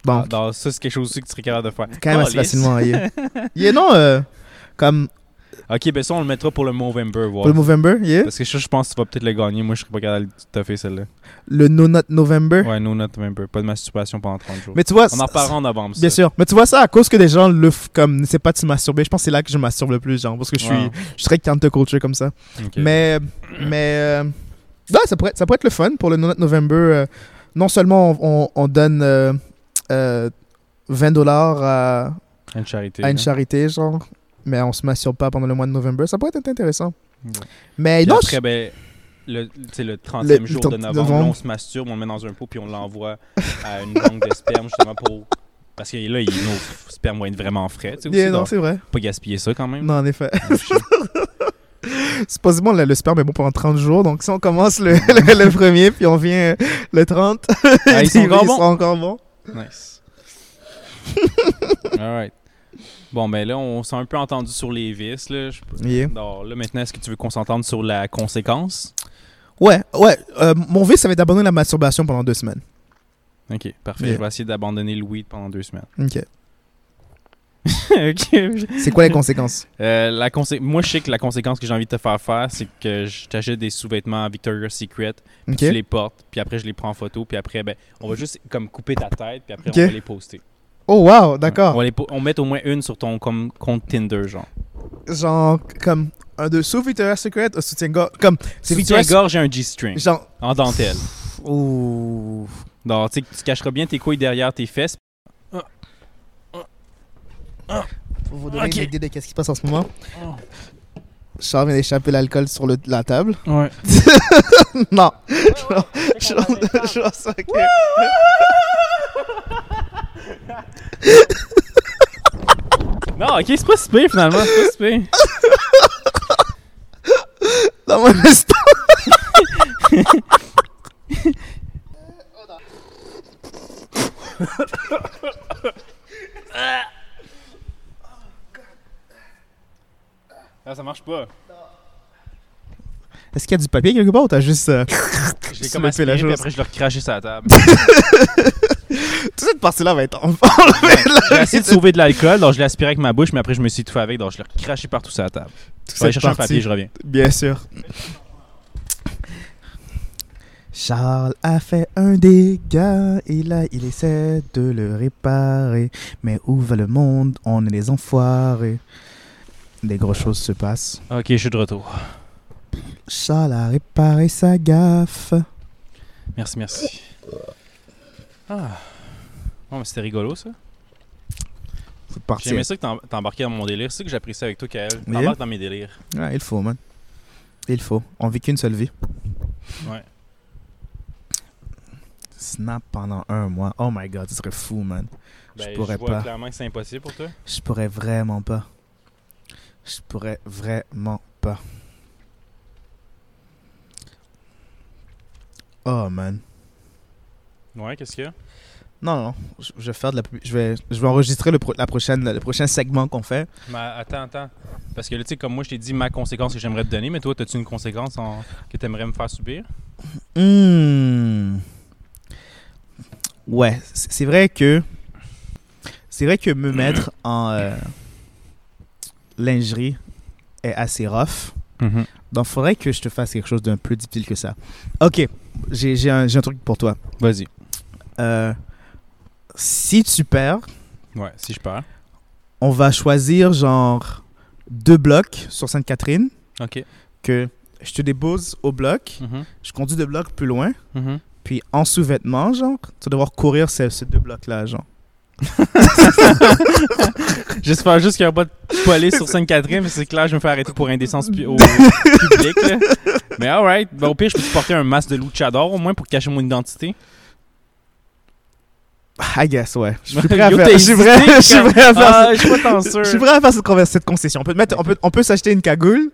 Donc,
Ah, dans- ça, c'est quelque chose aussi que tu serais capable de faire.
quand même assez
Calisse.
facilement. Yeah, Yeah, non, euh, comme
Ok, ben ça, on le mettra pour le Movember, voir.
pour le Movember, yeah.
Parce que ça, je pense que tu vas peut-être le gagner. Moi, je serais pas capable de toffer celle-là.
le No Not November.
Ouais, no, not November. Pas de masturbation pendant 30 jours.
Mais tu vois,
on en reparlera en novembre.
bien sûr. Mais tu vois ça à cause que des gens le f- comme ne savent pas de se masturber. Je pense que c'est là que je masturbe le plus, genre parce que je suis
Ah,
je suis très culture comme ça. Mais mais euh, ouais, ça pourrait ça pourrait être le fun pour le No Not November. euh, non seulement on, on- on donne euh, euh, 20 dollars à,
Une charité. hein.
à une
là.
charité genre, mais on se masturbe pas pendant le mois de novembre. Ça pourrait être intéressant.
Ouais.
Mais
Puis
non,
après,
je-
ben, le, tu sais, le 30e
Le-
jour
le
de
30e
novembre,
novembre.
là, on se masturbe, on le met dans un pot, puis on l'envoie à une banque de sperme, justement, pour. Parce que là, il, nos spermes vont être vraiment frais. Tu sais,
Yeah,
aussi,
non,
donc,
c'est vrai.
pas gaspiller ça quand même.
Non, en effet.
Ah, shit.
Supposément, le, le sperme est bon pendant 30 jours. Donc, si on commence le, le, le premier, puis on vient euh, le 30,
Ah, ils sont encore bons.
encore bons.
Nice. Alright. Bon, ben là, on s'est un peu entendu sur les vices. Là, Je-
Yeah.
Alors, là maintenant, est-ce que tu veux qu'on s'entende sur la conséquence?
Ouais, ouais. euh, mon vice, ça va être d'abandonner la masturbation pendant deux semaines.
Ok, parfait.
Yeah.
Je vais essayer d'abandonner le weed pendant deux semaines.
OK.
ok.
C'est quoi les conséquences?
Euh, la consé- Moi, je sais que la conséquence que j'ai envie de te faire faire, c'est que je t'achète des sous-vêtements à Victoria's Secret,
OK.
tu les portes, puis après, je les prends en photo, puis après, ben, on va juste comme couper ta tête, puis après,
Ok.
on va les poster.
Oh, wow, d'accord.
On va les po- on met au moins une sur ton comme, compte Tinder, genre.
Genre, comme un de sous Victoria's Secret, un soutien-gorge. Comme, c'est
C'est
Victoria's
gorge et un G-string
Genre,
en dentelle.
ouh.
Non, tu sais, que tu cacheras bien tes couilles derrière tes fesses.
Pour vous donner
Ok.
une idée de qu'est-ce qui se passe en ce moment, Charles vient d'échapper l'alcool sur le- la table.
Ouais.
non. Genre, genre, genre, ça, ok.
Non, ok, c'est pas si pire finalement, c'est pas si pire.
Dans mon instant.
Non, Ah, ça marche pas.
Est-ce qu'il y a du papier quelque part ou t'as juste. euh,
Je l'ai
Tu
comme
me fais la
aspiré, puis
chose.
après je l'ai recraché sur la table.
Toute cette partie-là va être enfant.
J'ai essayé de sauver de l'alcool, donc je l'ai aspiré avec ma bouche, mais après je me suis étouffé avec, donc je l'ai craché partout sur la table. Je vais aller chercher un papier, je reviens.
Bien sûr. Charles a fait un dégât et là il essaie de le réparer. Mais où va le monde On est des enfoirés. Des grosses choses se passent.
Ok, je suis de retour.
Charles a réparé sa gaffe.
Merci, merci. Ah. Bon, mais c'était rigolo ça.
C'est parti.
J'aimais ça que t'em- t'embarquais dans mon délire. C'est ça que j'apprécie avec toi, Kael.
Oui.
T'embarques dans mes délires.
Ouais, il faut, man. Il faut. On vit qu'une seule vie.
Ouais.
Snap pendant un mois. Oh my god, ce serait fou, man. Je
Ben,
pourrais
vois
pas.
clairement que c'est impossible pour toi.
Je pourrais vraiment pas. Je pourrais vraiment pas. Oh man.
Ouais, qu'est-ce qu'il y a
Non, non, je, je vais faire de la pub- je vais, je vais enregistrer le, pro- la prochaine, le prochain segment qu'on fait.
Mais attends, attends. Parce que là, tu sais, comme moi, je t'ai dit ma conséquence que j'aimerais te donner, mais toi, t'as-tu une conséquence en- que t'aimerais me faire subir
Hmm. Ouais, c'est c'est vrai que c'est vrai que me mettre en euh, lingerie est assez rough.
Mm-hmm.
Donc, faudrait que je te fasse quelque chose d'un peu difficile que ça. Ok, j'ai j'ai un, j'ai un truc pour toi.
Vas-y.
Euh, si tu perds,
Ouais, si je perds.
on va choisir genre deux blocs sur Sainte-Catherine
Ok.
que je te dépose au bloc,
Mhm.
je conduis deux blocs plus loin,
Mhm.
puis en sous-vêtements, genre, tu vas devoir courir ces, ces deux blocs-là, genre.
J'espère juste qu'il n'y aura pas de police sur Sainte-Catherine, mais c'est clair, je vais me faire arrêter pour indécence pu- au public. là. Mais alright, ben, au pire, je peux te porter un masque de luchador au moins pour cacher mon identité.
I guess, ouais. Je suis prêt à
Yo,
faire,
t'as
je suis prêt-
hésité,
je suis
comme-
prêt à faire
Ah,
ça.
je suis pas tant
Je suis
sûr.
prêt à faire cette, conver- cette concession. On peut, te mettre, on peut, on peut s'acheter une cagoule,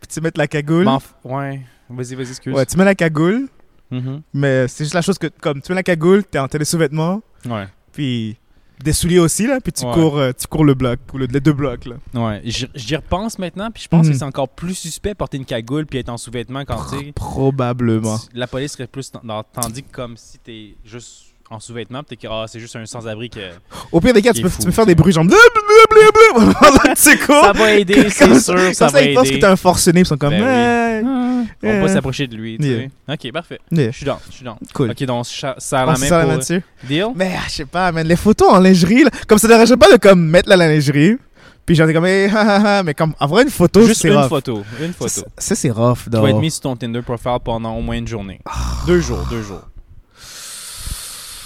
puis tu mets la cagoule.
M'en f- Ouais, vas-y, vas-y, excuse.
Ouais, tu mets la cagoule,
Mhm.
Mais c'est juste la chose que, comme tu mets la cagoule, t'es en télé sous-vêtements,
Ouais,
puis des souliers aussi, là, puis tu,
Ouais.
cours, euh, tu cours le bloc, ou le- les deux blocs, là.
ouais. J'y j'y repense maintenant, puis je pense
Mhm.
que c'est encore plus suspect de porter une cagoule puis être en sous-vêtements quand tu sais,
Probablement.
tu- La police serait plus. dans- dans- Tandis que comme si t'es juste en sous-vêtements, puis t'es que ah, c'est juste un sans-abri que.
Au pire des cas,
Il
tu
est
peux,
fou,
tu peux faire des
ça.
bruits genre blablabla pendant que tu cours.
Ça va aider, c'est sûr, ça,
Oh! Comme
va
ils pensent que
aider.
t'es un forcené, ils sont comme.
Ben
eh,
Ah, On
Euh.
va s'approcher de lui, tu
Yeah.
sais. Ok, parfait.
yeah,
Je suis dans, je suis dans.
Cool. Ah,
Ok, donc ça serre
On
la
se
main
sert
pour...
là-dessus.
Deal?
Mais ah, je sais pas, man, les photos en lingerie, là, comme ça ne dérangeait pas de comme mettre la lingerie, puis j'en ai comme, eh, ah, ah, ah, mais comme avoir une photo,
Juste
c'est
une
rough.
photo, une photo.
Ça, ça, c'est rough,
Tu
donc.
vas être mis sur ton Tinder profile pendant au moins une journée. Deux jours, deux jours.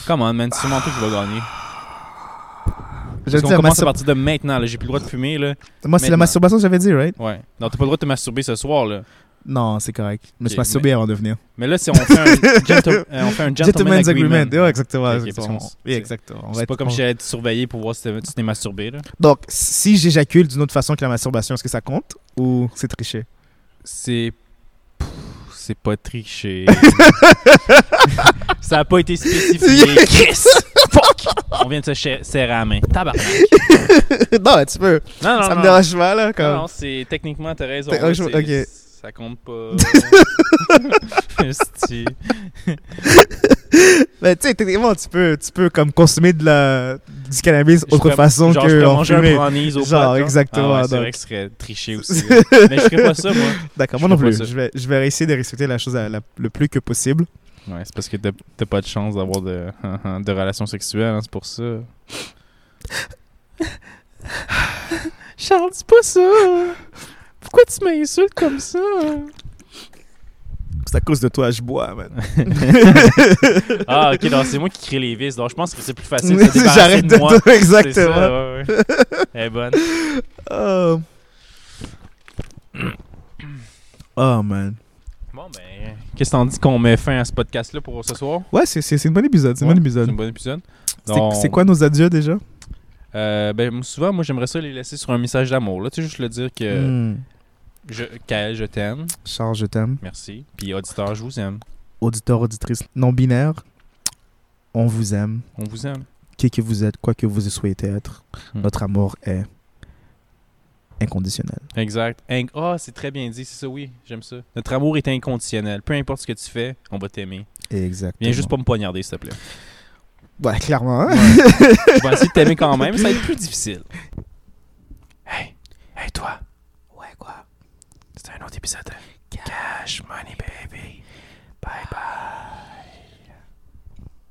Come on, man, c'est sûrement toi qui vas gagner.
Je veux
Parce qu'on
dire,
commence à
mastur-
partir de maintenant, là. J'ai plus le droit de fumer, là.
Moi, c'est la
maintenant.
masturbation que j'avais dit, right?
Ouais. Non, t'as pas le droit de te masturber ce soir, là.
Non, c'est correct. Mais je
Ok,
masturbais avant de venir.
Mais là, si on fait un, gentle- euh, on fait un gentleman's agreement.
Ouais, exactement.
Ok,
exactement.
parce qu'on-
Oui, exactement. On va
C'est
être-
pas comme
on-
si j'allais te surveiller pour voir si t'es- tu t'es masturbé, là.
Donc, si j'éjacule d'une autre façon que la masturbation, est-ce que ça compte ou c'est triché
C'est. Pff, C'est pas triché. ça a pas été spécifié. Chris! Fuck! On vient de se cher- serrer à la main. Tabarnak.
Non, mais tu peux.
Non, non,
ça
non.
me dérange pas, là.
Non,
Comme...
non, c'est techniquement, t'as raison.
T'as-
là,
je-
c'est-
ok.
Ça compte pas. Esti.
Mais tu sais, techniquement, tu peux, tu peux comme consommer de la... du cannabis
Je
autre
pourrais-
façon
genre, je
que
pourrais
en
manger un
fumée.
brownies au pot,
Genre, exactement,
Ah ouais, c'est
donc.
vrai que ce serait triché aussi. là. Mais je ferais pas ça, moi.
D'accord,
je
moi non
ferais
plus.
pas ça.
Je vais, je vais essayer de respecter la chose à la- le plus que possible.
Ouais, c'est parce que t'as t'as pas de chance d'avoir de, de relations sexuelles, hein, c'est pour ça.
Charles, dis pas ça. Pourquoi tu m'insultes comme ça?
C'est à cause de toi, je bois, man.
Ah, ok, donc c'est moi qui crée les vices. Donc je pense que c'est plus facile de se débarrasser
J'arrête de
moi.
toi,
C'est ça,
exactement.
ouais, ouais. Elle est bonne.
Oh. Oh man.
Bon, ben, qu'est-ce que t'en dis qu'on met fin à ce podcast-là pour ce soir?
Ouais, c'est c'est- c'est un bon épisode. C'est un
Ouais,
bon
C'est
épisode.
un bon épisode.
C'est-
Donc,
C'est quoi nos adieux déjà
euh, ben, souvent, moi, j'aimerais ça les laisser sur un message d'amour. Là, tu sais, juste le dire que
Hmm.
je, Kael, je t'aime.
Charles, je t'aime.
Merci. Puis, auditeur, je vous aime.
Auditeur, auditrice non binaire, on vous aime.
On vous aime.
Qui que vous êtes, quoi que vous souhaitez être,
Hmm.
notre amour est inconditionnel.
Exact. Inc- Ah, c'est très bien dit. C'est ça, oui. J'aime ça. Notre amour est inconditionnel. Peu importe ce que tu fais, on va t'aimer.
Exactement.
Viens juste pas me poignarder, s'il te plaît.
Ouais, clairement. hein.
Je vais essayer de t'aimer quand même, ça va être plus difficile. Hey, hey toi. Ouais, quoi? C'est un autre épisode de Cash Money Baby.